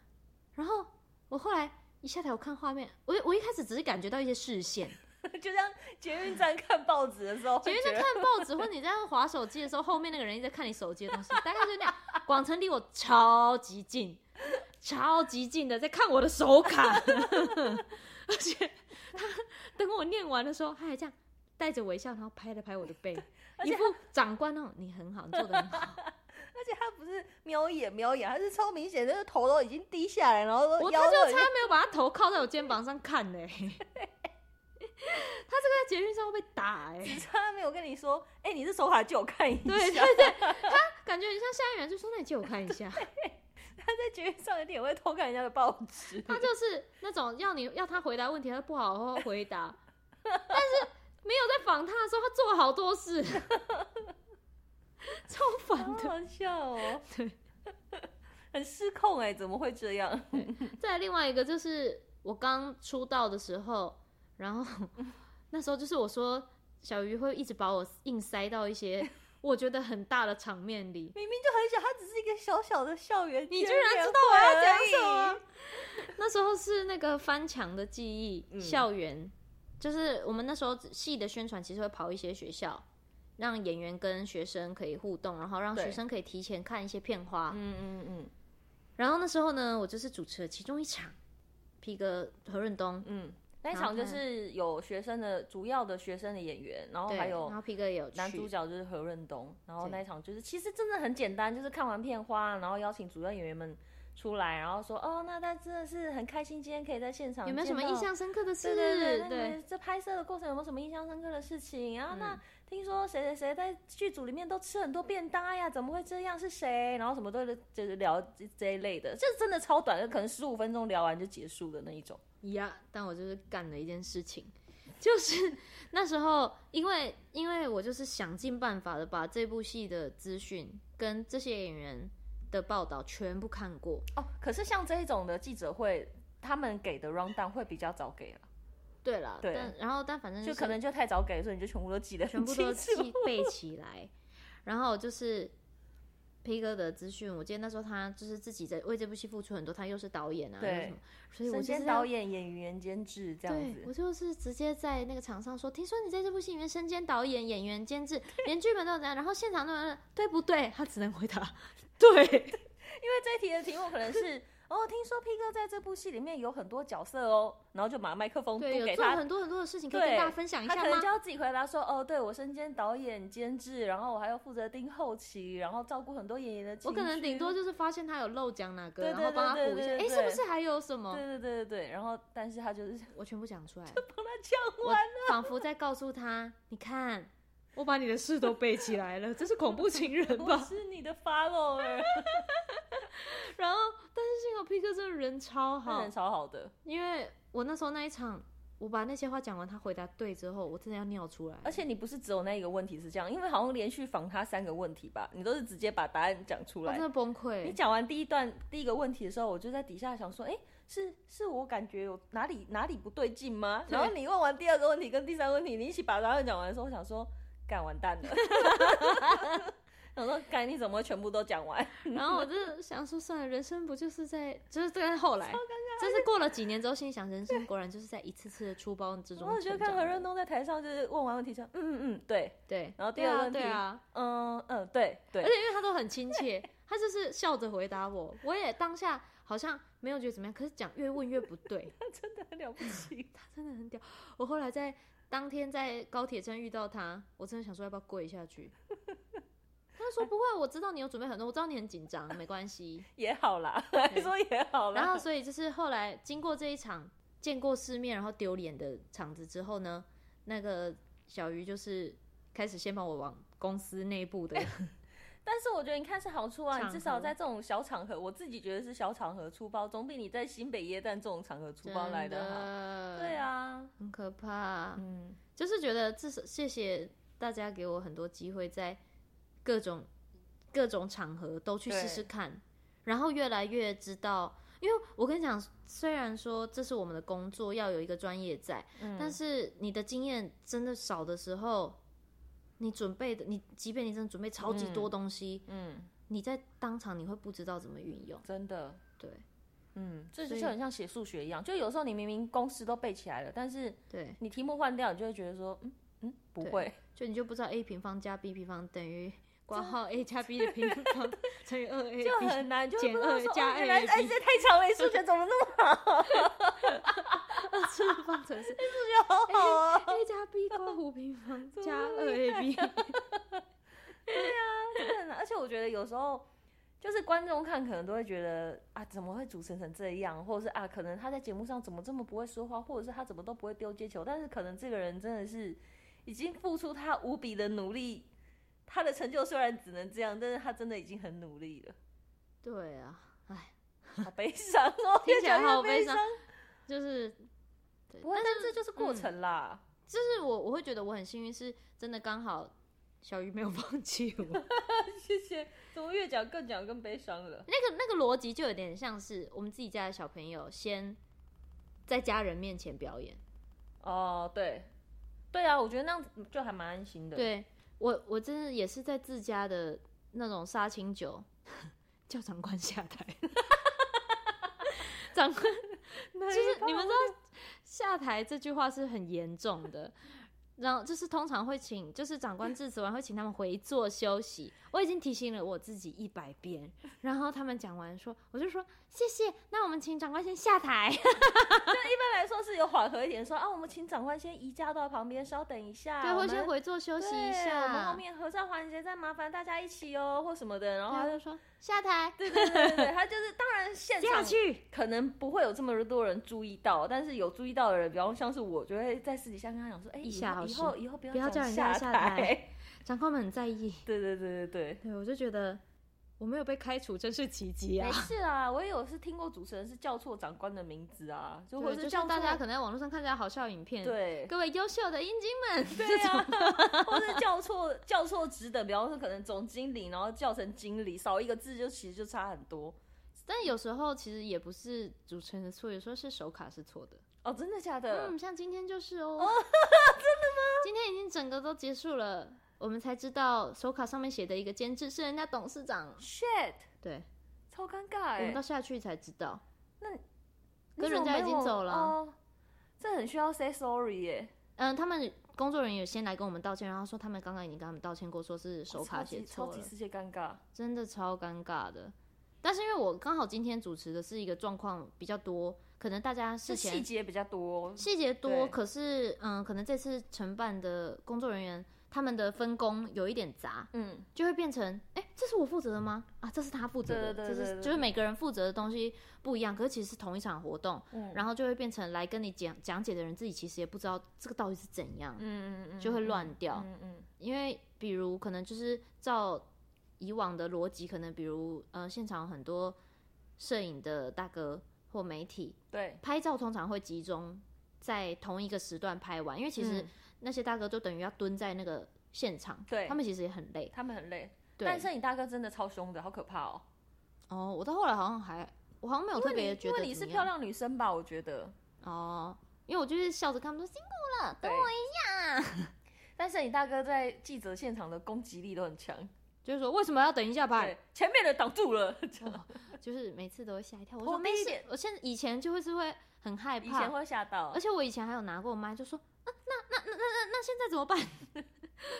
S2: 然后我后来一下台，我看画面，我我一开始只是感觉到一些视线，
S1: 就像捷运站看报纸的时候，
S2: 因为在
S1: 会觉
S2: 看
S1: 得
S2: 报纸或你在划手机的时候，后面那个人一直在看你手机的东西，大概就那样。广城离我超级近，超级近的在看我的手卡，而且他等我念完的时候，他还这样带着微笑，然后拍了拍我的
S1: [LAUGHS]
S2: 背，一副长官那种，你很好，你做的很好。
S1: 而且他不是瞄一眼瞄一眼，他是超明显，就是头都已经低下来，然后
S2: 我
S1: 腰
S2: 他就
S1: 都已经
S2: 差没有把他头靠在我肩膀上看呢、他这个在捷运上会被打
S1: [LAUGHS]
S2: 哎、
S1: 只差没有跟你说，哎、你这手卡借我看一下。
S2: 对对对，他感觉很像夏一元，就说那你借我看一下。
S1: 他在节目上一定也会偷看人家的报
S2: [LAUGHS]
S1: 纸。
S2: 他就是那种要你要他回答问题，他不好好回答，但是没有在访他的时候，他做了好多事， [LAUGHS] 超烦
S1: 好
S2: 的。
S1: 好笑哦，
S2: 对，
S1: [LAUGHS] 很失控哎、怎么会这样？
S2: 再来另外一个就是我刚出道的时候，
S1: [LAUGHS]
S2: 然后那时候就是我说小鱼会一直把我硬塞到
S1: [LAUGHS]
S2: 一些我觉得很大的场面里，
S1: 明明就很小，他只是一个小小的校园，
S2: 你居然知道我要讲什
S1: 啊
S2: 么？那时候是那个翻墙的记忆，
S1: 嗯
S2: 校园就是我们那时候戏的宣传，其实会跑一些学校，让演员跟学生可以互动，然后让
S1: 对
S2: 学生可以提前看一些片花。
S1: 嗯嗯嗯
S2: 然后那时候呢，我就是主持了其中一场，皮哥何润东，
S1: 嗯，那一场
S2: 然后
S1: 就
S2: 看
S1: 是有学生的主要的学生的演员，然后
S2: 对，
S1: 哦还
S2: 然
S1: 有
S2: 后皮哥也有
S1: 男主
S2: 去，
S1: 角就是何润东，然后
S2: 对
S1: 那一场就是其实真的很简单，就是看完片花，然后邀请主要演员们出来，然后说哦，那他真的是很开心，今天可以在现场
S2: 有没有什
S1: 见
S2: 么
S1: 到
S2: 印象深刻的
S1: 对
S2: 事？
S1: 对对，那
S2: 对
S1: 你们这拍摄的过程有没有什么印象深刻的事情？然后那
S2: 嗯
S1: 听说谁谁谁在剧组里面都吃很多便当哎呀，怎么会这样？是谁？然后什么都就是聊这这一类的，这真的超短，可能十五分钟聊完就结束的那一种。
S2: 呀但我就是干了一件事情，就是 [LAUGHS] 那时候，因为因为我就是想尽办法的把这部戏的资讯跟这些演员的报道全部看过，
S1: 哦，可是像这一种的记者会，他们给的 round down 会比较早给了，
S2: 对啦，
S1: 对
S2: 但然后但反正
S1: 就是可能就太早给，所以你就全部都记得
S2: 嗯全部都
S1: 记
S2: 记背起来，然后就是。P 哥的资讯，我记得那时候他就是自己在为这部戏付出很多，他又是导演啊，
S1: 对
S2: 又是什么，所以我
S1: 身
S2: 就是
S1: 兼
S2: 要
S1: 导演、演员、监制这样
S2: 对，我
S1: 子。
S2: 就是直接在那个场上说，听说你在这部戏里面身兼导演、演员、监制，连剧本都有这样，然
S1: [LAUGHS]
S2: 后现场都有这样，对不对？他只能回答对，
S1: 因为这一题的题目可能是哦，听说 P 哥在这部戏里面有很多角色哦，然后就把麦克风不
S2: 对，有
S1: 给
S2: 做
S1: 他，
S2: 很多很多的事情可以
S1: 对
S2: 跟大家分享一
S1: 他
S2: 下
S1: 可能就
S2: 吗？
S1: 要自己回答说，哦，对我身兼导演、监制，然后我还要负责盯后期，然后照顾很多演员的情
S2: 我可能顶多
S1: 绪
S2: 就是发现他有漏讲哪个，
S1: 对
S2: 然
S1: 对
S2: 后帮他
S1: 对
S2: 补一下。
S1: 对
S2: 哎，
S1: 对
S2: 是不是还有什么？
S1: 对对对对对，然后但是他就是
S2: 我全部讲出来，
S1: 帮他讲
S2: 我
S1: 完，
S2: 仿佛在告诉他，
S1: [LAUGHS]
S2: 你看，我把你的事都背起来了，这是恐怖情 [LAUGHS] 人
S1: 我？是你的
S2: [LAUGHS]
S1: follower，
S2: 然后，但是幸好 P 哥真的人超
S1: 他
S2: 好
S1: 人，超好的，
S2: 因为我那时候那一场，我把那些话讲完，他回答对之后，我真的要尿出来。
S1: 而且你不是只有那一个问题是这样，因为好像连续访他三个问题吧，你都是直接把答案讲出
S2: 我
S1: 来
S2: 真。的崩
S1: 你
S2: 溃，
S1: 讲完第一段第一个问题的时候，我就在底下想说，哎、是是我感觉有哪里哪里不对劲吗？
S2: 对
S1: 然后你问完第二个问题跟第三个问题，你一起把答案讲完的时候，我想说，干完蛋
S2: [LAUGHS]
S1: 了。想说，干你怎么全部都讲完？
S2: 然后我就想说，算了，人生不就是在，就是在后来，这是过了几年之后，心里想，人生果然就是在一次次的出包之
S1: 然后
S2: 中
S1: 我觉得
S2: 成
S1: 看
S2: 长
S1: 何
S2: 的。
S1: 润东在台上就是问完问题就，嗯嗯嗯，对，
S2: 对，
S1: 然后第
S2: 对
S1: 二个
S2: 啊，
S1: 问题
S2: 对啊，
S1: 嗯嗯对对
S2: 而且，因为他都很亲切，他就是笑着回答我，我也当下好像没有觉得怎么样，可是讲越问越不对，
S1: [LAUGHS] 真的很了不起。
S2: 他真的很屌。我后来在当天在高铁站遇到他，我真的想说要不要跪下去。他说不会，我知道你有准备很多，我知道你很紧张，没关系。
S1: 也好啦，来说也好啦。
S2: 然后所以就是后来经过这一场见过世面然后丢脸的场子之后呢，那个小鱼就是开始先帮我往公司内
S1: [LAUGHS]
S2: 部的
S1: 但是我觉得你看是好处啊，
S2: 场
S1: 你
S2: 合
S1: 至少在这种小场合，我自己觉得是小场合出包，总比你在新北耶诞这种场合出包来
S2: 真
S1: 的好。
S2: 的
S1: 对，啊，
S2: 很可怕。
S1: 嗯，
S2: 就是觉得至少谢谢大家给我很多机会，在各种各种场合都去
S1: 对
S2: 试试看，然后越来越知道。因为我跟你讲，虽然说这是我们的工作，要有一个专业在，
S1: 嗯
S2: 但是你的经验真的少的时候，你准备的，你即便你真的准备超级多东西，
S1: 嗯，
S2: 你在当场你会不知道怎么运用。
S1: 真的，
S2: 对
S1: 嗯，这
S2: 所
S1: 就
S2: 以
S1: 就很像写数学一样，就有时候你明明公式都背起来了，但是
S2: 对，
S1: 你题目换掉，你就会觉得说，嗯嗯，不
S2: 对
S1: 会，
S2: 就你就不知道 a 平方加 b 平方等于括号 a 加 b 的平
S1: [LAUGHS]
S2: 方乘以二 a
S1: 就很难，就会
S2: 减
S1: 不知道
S2: 二
S1: 说，
S2: 加
S1: 哦，
S2: 二
S1: 原来哎，这太长了，你数学怎么那么
S2: 次方
S1: [LAUGHS]
S2: 程式
S1: 好啊？
S2: a 加 b 括弧平
S1: [LAUGHS]
S2: 方加二 ab，
S1: 真的很难而且我觉得有时候就是观众看可能都会觉得啊，怎么会主持人成这样，或者是啊，可能他在节目上怎么这么不会说话，或者是他怎么都不会丢接球，但是可能这个人真的是已经付出他无比的努力。他的成就虽然只能这样，但是他真的已经很努力了，
S2: [LAUGHS] 对啊，哎，
S1: 好悲伤哦，
S2: 听起来
S1: 越讲越
S2: 好悲
S1: 悲
S2: 伤。就是，对，
S1: 不会，
S2: 但
S1: 但这就是过
S2: 嗯
S1: 程啦。
S2: 就是我我会觉得我很幸运，是真的刚好小鱼没有放弃
S1: [LAUGHS]
S2: 我。
S1: [LAUGHS]
S2: 那
S1: 谢谢，怎么越讲更讲更悲伤了？
S2: 个那个逻辑就有点像是我们自己家的小朋友先在家人面前表演，
S1: 哦，对，对啊，我觉得那样子就还蛮安心的。，
S2: 对我，我真的也是在自家的那种杀青酒， [LAUGHS] 叫长官下台。 [LAUGHS] 长官，就是你们知道“下台”这句话是很严重的，然后就是通常会请，就是长官致辞完会请他们回座休息。我已经提醒了我自己一百遍，然后他们讲完说，我就说谢谢，那我们请长官先下台。
S1: 一般来说是有缓和一点说，啊，我们请长官先移驾到旁边，稍等一下，
S2: 对，
S1: 我
S2: 会
S1: 们
S2: 先回座休息
S1: 对
S2: 一下。
S1: 我们后面合照环节再麻烦大家一起哦，或什么的。然
S2: 对，啊
S1: 后
S2: 然
S1: 他
S2: 后
S1: 就
S2: 就说下台，
S1: 对对对对对，他就是当然
S2: [LAUGHS]
S1: 现
S2: 下
S1: 场
S2: 去。
S1: 可能不会有这么多人注意到，但是有注意到的人，比方像是我，就会在私底下跟他讲说，哎，
S2: 一
S1: 以
S2: 下
S1: 后
S2: 好
S1: 以
S2: 事
S1: 后以后不
S2: 不要
S1: 要
S2: 叫
S1: 讲
S2: 人家下台
S1: 台。
S2: 长官们很在意。
S1: [LAUGHS] 对对对对对。
S2: [LAUGHS] 对，我就觉得我没有被开除，真是奇迹
S1: 没
S2: 啊！
S1: 事啊，我也有是听过主持人是叫错长官的名字啊，就或
S2: 对，
S1: 者
S2: 就
S1: 叫
S2: 像
S1: 错
S2: 大家可能在网络上看到好笑影片，，
S1: 对
S2: 各位优秀的阴茎们，
S1: 对啊，或是叫错叫错职等，比方说可能总经理，然后叫成经理，少一个字就其实就差很多。
S2: 但有时候其实也不是主持人的错，有时候是手卡是错的。
S1: 哦，真的假的？
S2: 嗯，像今天就是哦， [LAUGHS] 真的吗？今天已经整个都结束了，我们才知道手卡上面写的一个监制是人家董事长。
S1: shit，
S2: 对，
S1: 超尴尬
S2: 我
S1: 哎、
S2: 们到下去才知道。
S1: 你
S2: 跟
S1: 怎么
S2: 人家已
S1: 没
S2: 经
S1: 有
S2: 走了啊
S1: 哦，这很需要 say sorry 欸耶、
S2: 嗯，他们工作人员有先来跟我们道歉，然后说他们刚刚已经跟他们道歉过，说是手
S1: 超
S2: 卡写
S1: 级
S2: 错
S1: 超
S2: 了
S1: 级。世界尴尬。
S2: 真的超尴尬的。但是因为我刚好今天主持的是一个状况比较多，可能大家
S1: 是
S2: 事
S1: 细
S2: 前
S1: 节比较多，
S2: 细节多，
S1: 对
S2: 可是嗯，可能这次承办的工作人员他们的分工有一点杂，
S1: 嗯，
S2: 就会变成哎、诶这是我负责的吗？啊，这是他负责的，
S1: 对对对
S2: 这
S1: 对
S2: 是
S1: 对
S2: 就是每个人负责的东西不一样，可是其实是同一场活动，
S1: 嗯
S2: 然后就会变成来跟你讲讲解的人自己其实也不知道这个到底是怎样，
S1: 嗯嗯嗯，
S2: 就会乱掉。
S1: 嗯嗯
S2: 因为比如可能就是照以往的逻辑，可能比如呃现场很多摄影的大哥或媒体
S1: 嗯，对，
S2: 拍照通常会集中在同一个时段拍完，因为其实
S1: 嗯
S2: 那些大哥就等于要蹲在那个现场，
S1: 对
S2: 他们其实也很累。
S1: 他们很累，
S2: 对，
S1: 但摄影大哥真的超凶的，好可怕哦。
S2: 哦，我到后来好像还，我好像没有
S1: 因
S2: 特
S1: 为
S2: 别
S1: 你
S2: 觉
S1: 因
S2: 得
S1: 为你是
S2: 怎么
S1: 漂
S2: 样
S1: 亮女生吧？我觉得，
S2: 哦，因为我就是笑着看他们说辛苦了，
S1: 对
S2: 等我一，
S1: [LAUGHS]
S2: 啊
S1: 但摄影大哥在记者现场的攻击力都很强，
S2: 就是说为什么要等一下拍
S1: 对？，前面的挡住了，这样
S2: 就是每次都会吓一跳。我
S1: 我
S2: 说
S1: 没
S2: 没
S1: 一
S2: 事
S1: 点，
S2: 我现在以前就会是会很害
S1: [LAUGHS] 以前
S2: 怕，
S1: 会吓到
S2: 而，且我以前还有拿过麦，就说、啊、那那那那那那现在怎么办？ [LAUGHS]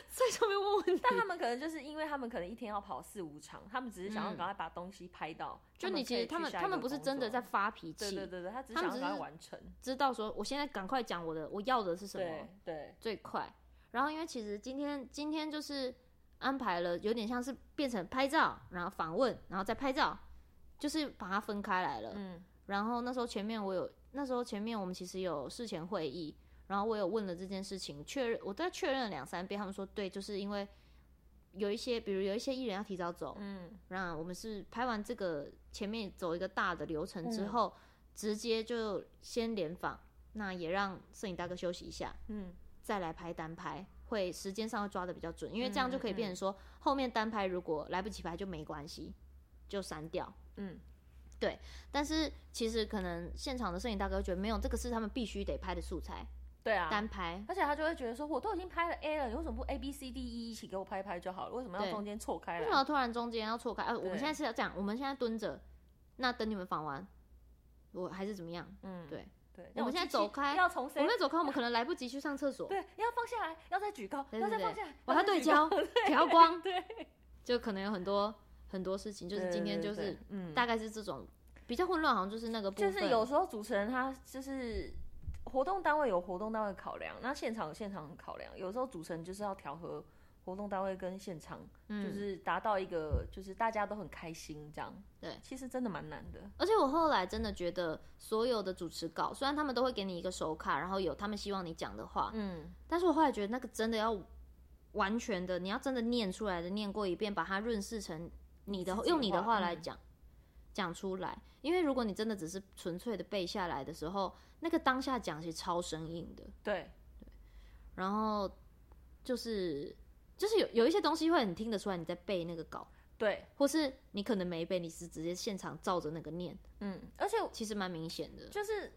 S2: 所以就没有问问题。
S1: 但他们可能就是因为他们可能一天要跑四五场，他们只是想要
S2: 嗯
S1: 赶快把东西拍到。
S2: 就你其实他
S1: 可以
S2: 们
S1: 去下一
S2: 他们
S1: 个
S2: 不是
S1: 工
S2: 真的
S1: 作
S2: 在，发脾
S1: 对对
S2: 气，
S1: 对对，他只是
S2: 他
S1: 想要
S2: 们只
S1: 赶快
S2: 是
S1: 完成。
S2: 知道说我现在赶快讲我的我要的是什么
S1: 对，对，
S2: 最快。然后因为其实今天今天就是安排了，有点像是变成拍照，然后访问，然后再拍照，就是把它分开来了。
S1: 嗯
S2: 然后那时候前面我有，那时候前面我们其实有事前会议，然后我有问了这件事情，确认我再确认了两三遍，他们说对，就是因为有一些，比如有一些艺人要提早走，
S1: 嗯，
S2: 那我们是拍完这个前面走一个大的流程之后，直接就先联访，那也让摄影大哥休息一下，
S1: 嗯，
S2: 再来拍单拍。会时间上会抓的比较准，因为这样就可以变成说，后面单拍如果来不及拍就没关系，就删掉。
S1: 嗯，
S2: 对。但是其实可能现场的摄影大哥觉得没有，这个是他们必须得拍的素材，
S1: 对啊。
S2: 单拍。
S1: 而且他就会觉得说，我都已经拍了 A 了，你为什么不 A B C D E 一起给我拍一拍就好了？为什么要
S2: 对
S1: 中间错开
S2: 为什么
S1: 来？
S2: 突然中间要错开？啊，我们
S1: 对
S2: 现在是要这样，我们现在蹲着，那等你们访完，我还是怎么样？
S1: 嗯，
S2: 对
S1: 对。
S2: 我们现在走开
S1: 要从
S2: 我
S1: 谁
S2: 们？走开，我们可能来不及去上厕所，
S1: 对，要放下来，要再举高，
S2: 对
S1: 要
S2: 对
S1: 再
S2: 对
S1: 放下来，
S2: 我还要对
S1: 再举高
S2: 焦、调
S1: [LAUGHS]
S2: 光，
S1: 对，
S2: 就可能有很多很多事情，就是
S1: 对
S2: 今天
S1: 对
S2: 就
S1: 对
S2: 是
S1: 嗯，
S2: 大概是这种比较混乱，好像就是那个部
S1: 就
S2: 分，
S1: 是有时候主持人他就是活动单位有活动单位考量，那现场有现场考量，有时候主持人就是要调和活动单位跟现场，就
S2: 嗯。
S1: 是达到一个就是大家都很开心这样。
S2: 对
S1: 其实真的蛮难的。
S2: 而且我后来真的觉得，所有的主持稿虽然他们都会给你一个手卡，然后有他们希望你讲的话，
S1: 嗯，
S2: 但是我后来觉得那个真的要完全的，你要真的念出来的，念过一遍，把它润饰成你的
S1: 自己
S2: 用你的
S1: 话
S2: 话来
S1: 嗯
S2: 讲讲、出来。因为如果你真的只是纯粹的背下来的时候，那个当下讲其实超生硬的。
S1: 对，
S2: 然后就是就是有有一些东西会很听得出来你在背那个稿，
S1: 对，
S2: 或是你可能没背，你是直接现场照着那个念，
S1: 嗯，而且
S2: 其实蛮明显的。
S1: 就是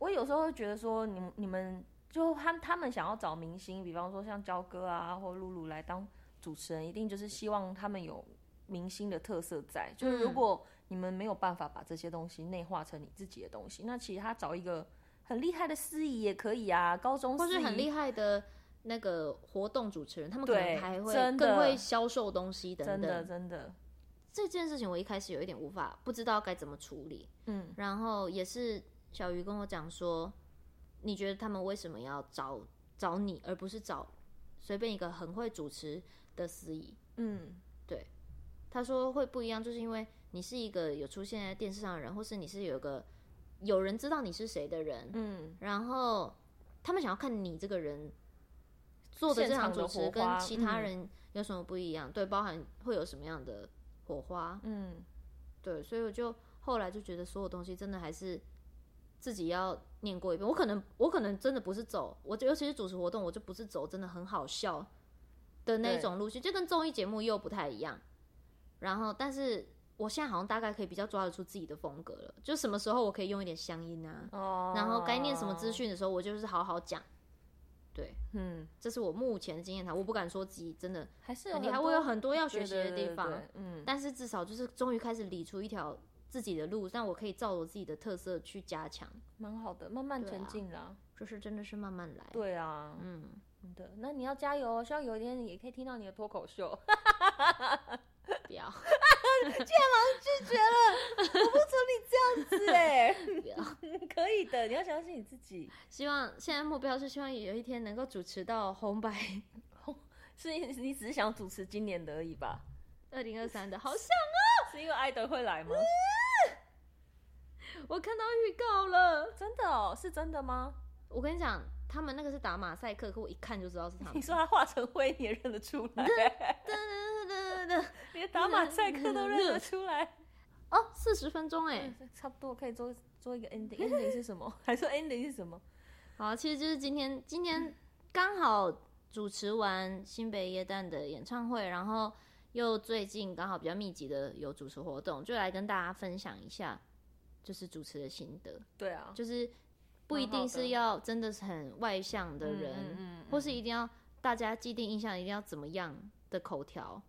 S1: 我有时候会觉得说，你们你们就他们他们想要找明星，比方说像焦哥啊或露露来当主持人，一定就是希望他们有明星的特色在。就是如
S2: 嗯
S1: 果你们没有办法把这些东西内化成你自己的东西，那其实他找一个很厉害的司仪也可以啊，高中
S2: 或是
S1: 司仪
S2: 很厉害的那个活动主持人，他们可能
S1: 对
S2: 还会
S1: 真的
S2: 更会销售东西等
S1: 真的
S2: 等。
S1: 真的，
S2: 这件事情我一开始有一点无法不知道该怎么处理，
S1: 嗯
S2: 然后也是小鱼跟我讲说，你觉得他们为什么要找找你，而不是找随便一个很会主持的司仪？
S1: 嗯，
S2: 他说会不一样，就是因为你是一个有出现在电视上的人，或是你是有个有人知道你是谁的人，
S1: 嗯，
S2: 然后他们想要看你这个人做的
S1: 现
S2: 这场
S1: 场的
S2: 主持
S1: 火
S2: 跟
S1: 花
S2: 其他
S1: 嗯
S2: 人有什么不一样，对，包含会有什么样的火花，
S1: 嗯，
S2: 对，所以我就后来就觉得所有东西真的还是自己要念过一遍。我可能我可能真的不是走，我就尤其是主持活动，我就不是走真的很好笑的那
S1: 对
S2: 种路线，就跟综艺节目又不太一样。然后，但是我现在好像大概可以比较抓得出自己的风格了，就什么时候我可以用一点乡音啊，
S1: 哦，
S2: 然后该念什么资，讯的时候，我就是好好讲。对，
S1: 嗯，
S2: 这是我目前的经验谈，我不敢说自己真的
S1: 还是有
S2: 很厉
S1: 很
S2: 害，我
S1: 多
S2: 有很多要
S1: 对
S2: 学习
S1: 对
S2: 的
S1: 对
S2: 地
S1: 对
S2: 方。
S1: 对嗯，
S2: 但是至少就是终于开始理出一条自己的路，让我可以照我自己的特色去加强，
S1: 蛮好的，慢慢
S2: 对
S1: 前
S2: 啊
S1: 进啦，
S2: 就是真的是慢慢来。
S1: 对啊，
S2: 嗯，
S1: [LAUGHS] 真的，那你要加油哦！希望有一天你也可以听到你的脱口秀。
S2: 不要
S3: 拒绝了，我不准你这样子哎、
S2: 不要。
S1: 欸 [LAUGHS] 可以的，你要相信你自己，
S2: 希望现在目标是希望有一天能够主持到红白 [LAUGHS]
S1: 是你你只是想主持今年的而已吧？
S2: 二零二三的，好像
S1: [LAUGHS] 是因为艾德会来吗？
S2: 我看到预告了。
S1: 真的哦，是真的吗？
S2: 我跟你讲，他们那个是打马赛克，可我一看就知道是他
S1: [LAUGHS] 你
S2: 们。
S1: 说他化成灰你也认得出来， [LAUGHS] 连打马赛克都认得出来。
S2: 哦，四十分钟哎，
S1: [LAUGHS] 差不多可以做做一个 ending。ending 是什么？还说 ending 是什么？
S2: 好，其实就是今天，今天刚好主持完新北耶诞的演唱会，然后又最近刚好比较密集的有主持活动，就来跟大家分享一下，就是主持的心得，
S1: 对啊，
S2: 就是不一定是要真的是很外向的人，
S1: 嗯
S2: 或是一定要大家既定印象一定要怎么样的口条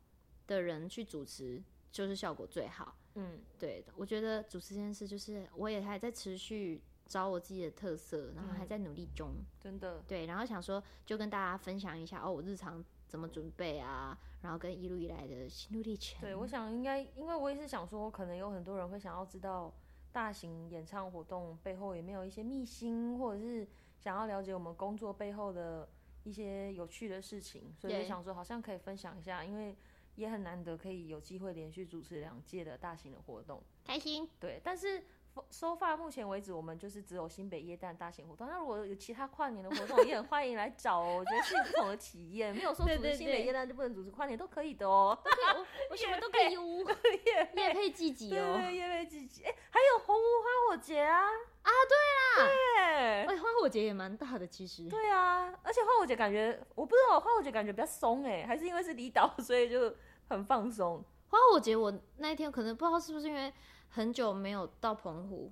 S2: 的人去主持，就是效果最好。
S1: 嗯，
S2: 对，我觉得主持这件事，就是我也还在持续找我自己的特色，然后
S1: 嗯
S2: 还在努力中。
S1: 真的，
S2: 对，然后想说就跟大家分享一下哦，我日常怎么准备啊，然后跟一路以来的心路历程。
S1: 对，我想应该，因为我也是想说，可能有很多人会想要知道大型演唱活动背后有没有一些秘辛，或者是想要了解我们工作背后的一些有趣的事情，所以
S2: 对
S1: 就想说好像可以分享一下，因为也很难得可以有机会连续主持两届的大型的活动。
S2: 开心，
S1: 对，但是 so far 目前为止，我们就是只有新北耶诞大型活动。那如果有其他跨年的活动，也很欢迎来找哦。我觉得是不同的体验，没有说
S2: 对
S1: 主持
S2: 对
S1: 新北
S2: 对
S1: 耶诞就不能主持跨年，都可以的哦。 [LAUGHS]
S2: 都可以，我我什么都可以哦，也配自己
S1: 对
S2: 哦。
S1: 对，夜配季节，哎，还有红屋花火节啊！啊，对啦，对。
S2: 哎，花火节也蛮大的，其实。
S1: 对啊，而且花火节感觉，我不知道花火节感觉比较松哎、还是因为是离岛，所以就很放松。
S2: 花火节我那一天可能不知道是不是因为很久没有到澎湖，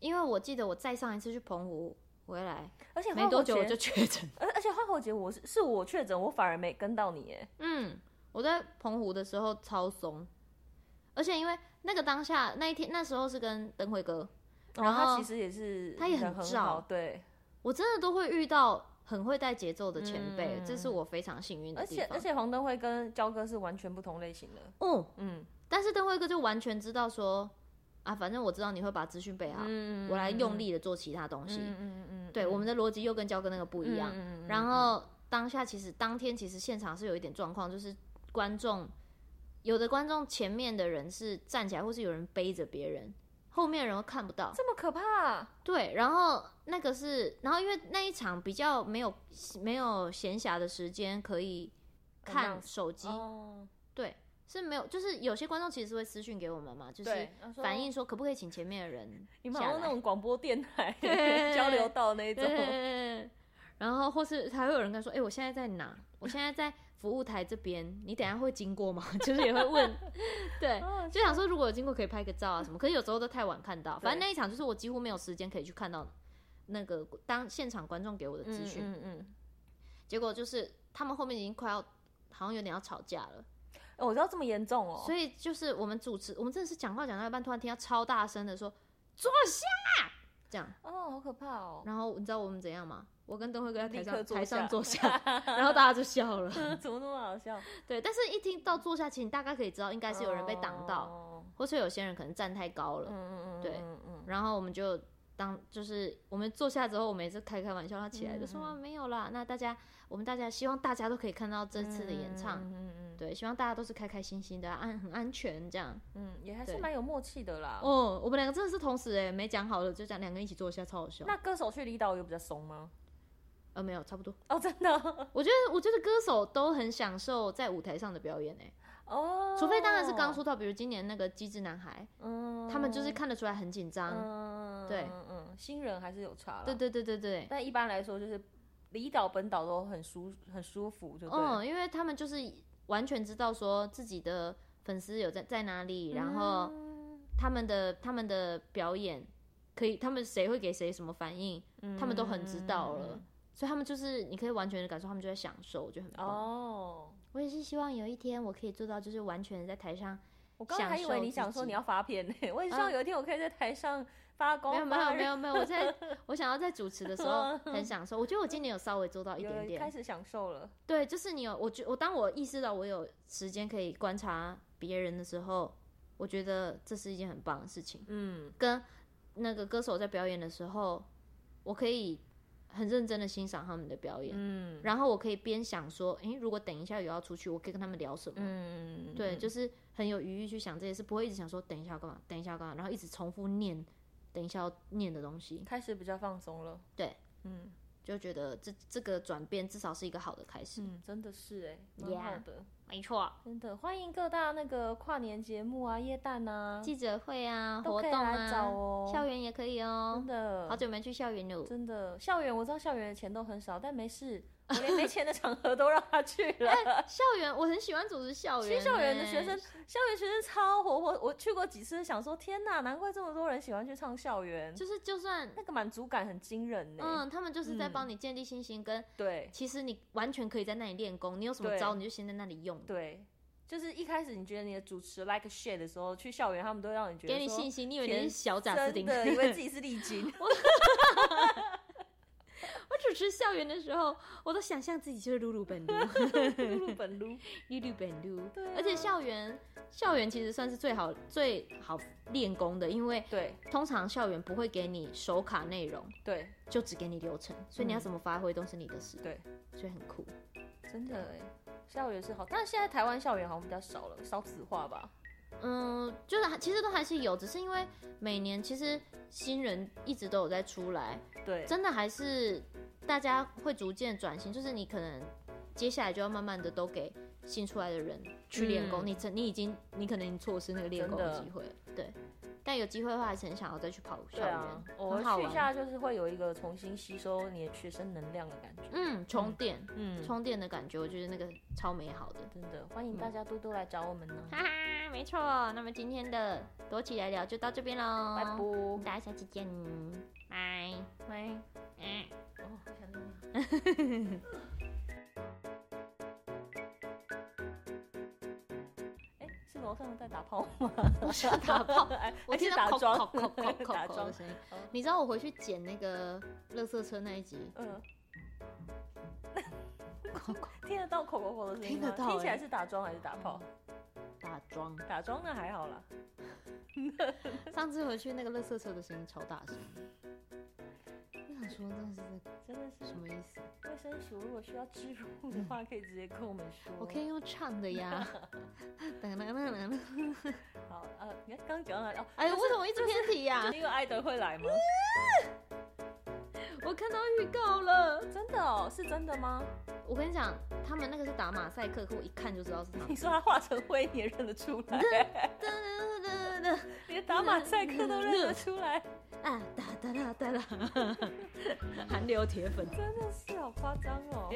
S2: 因为我记得我再上一次去澎湖回来
S1: 而哎且花
S2: 没
S1: 火
S2: 多久
S1: 节
S2: 我就
S1: [LAUGHS]
S2: 确诊。
S1: 而而且花火节我是是我确诊，我反而没跟到你哎、
S2: 嗯，我在澎湖的时候超松，而且因为那个当下那一天那时候是跟灯辉哥，然
S1: 他
S2: 后
S1: 其实也是
S2: 他也
S1: 人
S2: 很
S1: 很
S2: 照
S1: 好，对，
S2: 我真的都会遇到很会带节奏的前辈，
S1: 嗯
S2: 这是我非常幸运的
S1: 而
S2: 地
S1: 且
S2: 方。
S1: 而且黄灯会跟焦哥是完全不同类型的，
S2: 嗯，
S1: 嗯
S2: 但是灯辉哥就完全知道说啊，反正我知道你会把资讯备好，
S1: 嗯
S2: 我来用，力的做其他东西。
S1: 嗯嗯嗯，
S2: 对，我们的逻辑又跟焦哥那个不
S1: 不
S2: 一样。
S1: 嗯
S2: 然后当下其实当天其实现场是有一点状况，就是观众有的观众前面的人是站起来，或是有人背着别人，后面的人会看不到。
S1: 这么可怕，
S2: 对，然后那个是，然后因为那一场比较没有没有闲暇的时间可以看
S1: Announce
S2: 手机，
S1: 哦，
S2: 对，是没有，就是有些观众其实会私讯给我们嘛，就是
S1: 对他说
S2: 反映说可不可以请前面的人
S1: 你们好
S2: 下
S1: 像那
S2: 来。
S1: 种广播电
S2: [LAUGHS]
S1: 台
S2: 对
S1: 交流道 [LAUGHS] 那一种
S2: 对，对对对然后或是还会有人跟他说，哎、我现在在哪？ [LAUGHS] 我现在在服务台这边，你等一下会经过吗？ [LAUGHS] 就是也
S1: [LAUGHS]
S2: 会问，对，
S1: 啊
S2: 就想说如果有经过可以拍个照啊什么，可是有时候都太晚看到，
S1: 对
S2: 反正那一场就是我几乎没有时间可以去看到那个当现场观众给我的资
S1: 嗯
S2: 讯，
S1: 嗯嗯，
S2: 结果就是他们后面已经快要好像有点要吵架了，
S1: 哎我知道这么严重哦，
S2: 所以就是我们主持，我们真的是讲话讲到一半，突然听到超大声的说坐下这样，
S1: 哦，好可怕哦，
S2: 然后你知道我们怎样吗？我跟邓辉哥在台
S1: 立
S2: 上
S1: 刻坐
S2: 台上
S1: 下
S2: 坐下，然后大家就笑了。
S1: 怎么那么好笑？
S2: 对，但是一听到坐下，其实你大概可以知道应该是有人被挡到，
S1: 哦，
S2: 或是有些人可能站太高了。
S1: 嗯嗯嗯，
S2: 对
S1: 嗯嗯，
S2: 然后我们就当就是我们坐下之后，我们也是开开玩笑，他起来就
S1: 嗯
S2: 说、
S1: 嗯
S2: 啊没有啦，那大家我们大家希望大家都可以看到这
S1: 这
S2: 次的演唱，
S1: 嗯嗯嗯，
S2: 对，希望大家都是开开心心的啊，安很安全这样。
S1: 嗯，也还是
S2: 对
S1: 蛮有默契的啦。
S2: 哦，我们两个真的是同时哎、没讲好了，就讲两个一起坐下，超好笑。
S1: 那歌手去离岛有比较松吗？
S2: 呃没有，差不多。
S1: 哦，真的
S2: 我觉得我觉得歌手都很享受在舞台上的表演哎、
S1: 哦，
S2: 除非当然是刚出道，比如今年那个机智男孩，
S1: 嗯，
S2: 他们就是看得出来很紧张。
S1: 嗯，
S2: 对
S1: 嗯嗯，新人还是有差啦。
S2: 对，对对对对，
S1: 但一般来说就是离岛本岛都很舒很舒服，就对了。
S2: 嗯，因为他们就是完全知道说自己的粉丝有在在哪
S1: 嗯
S2: 里，然后他们的他们的表演可以，他们谁会给谁什么反应，他们都很知道
S1: 嗯嗯
S2: 了
S1: 嗯。
S2: 所以他们就是，你可以完全的感受，他们就在享受，我觉得很棒。
S1: 哦，
S2: 我也是希望有一天我可以做到，就是完全在台上
S1: 我刚刚还以为你想说你要发片呢、我也希望有一天我可以在台上发光
S2: 没
S1: 发
S2: 有
S1: 热。
S2: 没有没有没有，我
S1: [LAUGHS]
S2: 在我想要在主持的时候很享受。我觉得我今年有稍微做到一
S1: 有
S2: 点
S1: 有开
S2: 点，
S1: 始享受了，
S2: 对，就是你有，我觉我当我意识到我有时间可以观察别人的时候，我觉得这是一件很棒的事情。
S1: 嗯，
S2: 跟那个歌手在表演的时候，我可以很认真的欣赏他们的表演，
S1: 嗯
S2: 然后我可以边想说，诶、如果等一下有要出去，我可以跟他们聊什么？
S1: 嗯，
S2: 对，就是很有余裕去想这些事，不会一直想说等一下要干嘛，等一下要干嘛，然后一直重复念等一下要念的东西，
S1: 开始比较放松了。
S2: 对，
S1: 嗯
S2: 就觉得这这个转变至少是一个好的开始。
S1: 嗯，真的是哎、蛮好
S2: Yeah
S1: 的，
S2: 没错，
S1: 真的欢迎各大那个跨年节目啊、夜蛋啊，
S2: 记者会啊，
S1: 都
S2: 活
S1: 可以
S2: 动
S1: 来找
S2: 啊，
S1: 哦
S2: 校园也可以哦
S1: 真。的
S2: 好久没去校园了，
S1: 真的，校园我知道校园的钱都很少，但没事，我连没钱的场合都让他去了。
S2: 校园我很喜欢组织校园、欸
S1: 其实校园的学生，校园学生超活泼，我去过几次，想说天哪，难怪这么多人喜欢去唱校园，
S2: 就是就算
S1: 那个满足感很惊人呢、
S2: 嗯，他们就是在
S1: 嗯
S2: 帮你建立信心，跟
S1: 对
S2: 其实你完全可以在那里练功，你有什么
S1: 对
S2: 招你就先在那里用，
S1: 对，就是一开始你觉得你的主持 like a shit 的时候，去校园他们都让你觉得
S2: 给你
S1: 说
S2: 信心。你以为你
S1: 天
S2: 是小贾斯汀
S1: 真，
S2: [LAUGHS]
S1: 的以为自
S2: 己。
S1: 己是丽晶，
S2: 我主持校园的时候，我都想象自己就是露
S1: [LAUGHS]
S2: 露本露。
S1: 露露 [LAUGHS] 本撸，
S2: 绿绿本路，
S1: 对啊
S2: 而且校园校园其实算是最好最好练功的，因为
S1: 对
S2: 通常校园不会给你手卡内容，
S1: 对
S2: 就只给你流程，所以你要怎么发挥都是你的事，
S1: 对，
S2: 所以很酷。
S1: 真的哎、校园是好，但是现在台湾校园好像比较少了，少子化吧？
S2: 嗯，就是还其实都还是有，只是因为每年其实新人一直都有在出来，
S1: 对，
S2: 真的还是大家会逐渐转型，就是你可能接下来就要慢慢的都给新出来的人去练功，
S1: 嗯
S2: 你曾你已经你可能已经错失那个练功
S1: 真
S2: 的
S1: 的
S2: 机会了，对。但有机会的话，还是很想要再去跑校
S1: 对
S2: 园，
S1: 啊，我
S2: 很好
S1: 去一
S2: 玩。
S1: 下就是会有一个重新吸收你的学生能量的感觉。
S2: 嗯，充电、
S1: 嗯，
S2: 充电的感觉，我觉得那个超美好的。
S1: 真的欢迎
S2: 嗯
S1: 大家多多来找我们呢。
S2: 哈哈，没错。那么今天的躲起来聊就到这边喽，
S1: 拜拜。
S2: 大家下期见，拜。
S1: 拜。
S2: 嗯
S1: 哦，好想尿尿。 [LAUGHS] 哎，是楼上在打炮吗？
S2: 不 [LAUGHS] 是打炮
S1: [LAUGHS] 还
S2: 我
S1: 是
S2: 听到
S1: 打
S2: 扣
S1: 桩
S2: 扣扣扣
S1: [LAUGHS]
S2: 扣
S1: 打
S2: 扣
S1: 桩
S2: 的。声音
S1: 好。
S2: 你知道我回去剪那个垃圾车那一集，
S1: 嗯，
S2: [LAUGHS] 扣扣
S1: 听得到口口口的声音吗？
S2: 听得到
S1: 听起
S2: 哎
S1: 来是打桩还是打炮？
S2: 打
S1: [LAUGHS]
S2: 桩。
S1: 打桩那还好啦。
S2: 上次回去那个垃圾车的声音超大声，我想说那是
S1: 真的
S2: 什
S1: 是
S2: 么意
S1: [LAUGHS]
S2: 思？
S1: 卫生署如果需要置入的话，可以直接跟我们说。
S2: 嗯我可以用唱的
S1: [LAUGHS]
S2: 呀。 [LAUGHS] 噔噔噔噔。
S1: 好，呃，你看刚讲到哪里哦，
S2: 哎，
S1: 就
S2: 为
S1: 是
S2: 什么一直啊偏题
S1: [LAUGHS]
S2: 呀？
S1: 因为艾德会来吗？
S2: 我看到预告了。
S1: 真的哦，是真的吗？
S2: 我跟你讲，他们那个是打马赛克，可我一看就知道是他们
S1: [LAUGHS] 你。说他化成灰你也认得出来，
S2: 噔噔噔噔噔。
S1: 连打马赛克都认得出来，
S2: 啊哒哒哒哒 [LAUGHS] 啦，韩流铁粉。
S1: 真的是好夸张哦。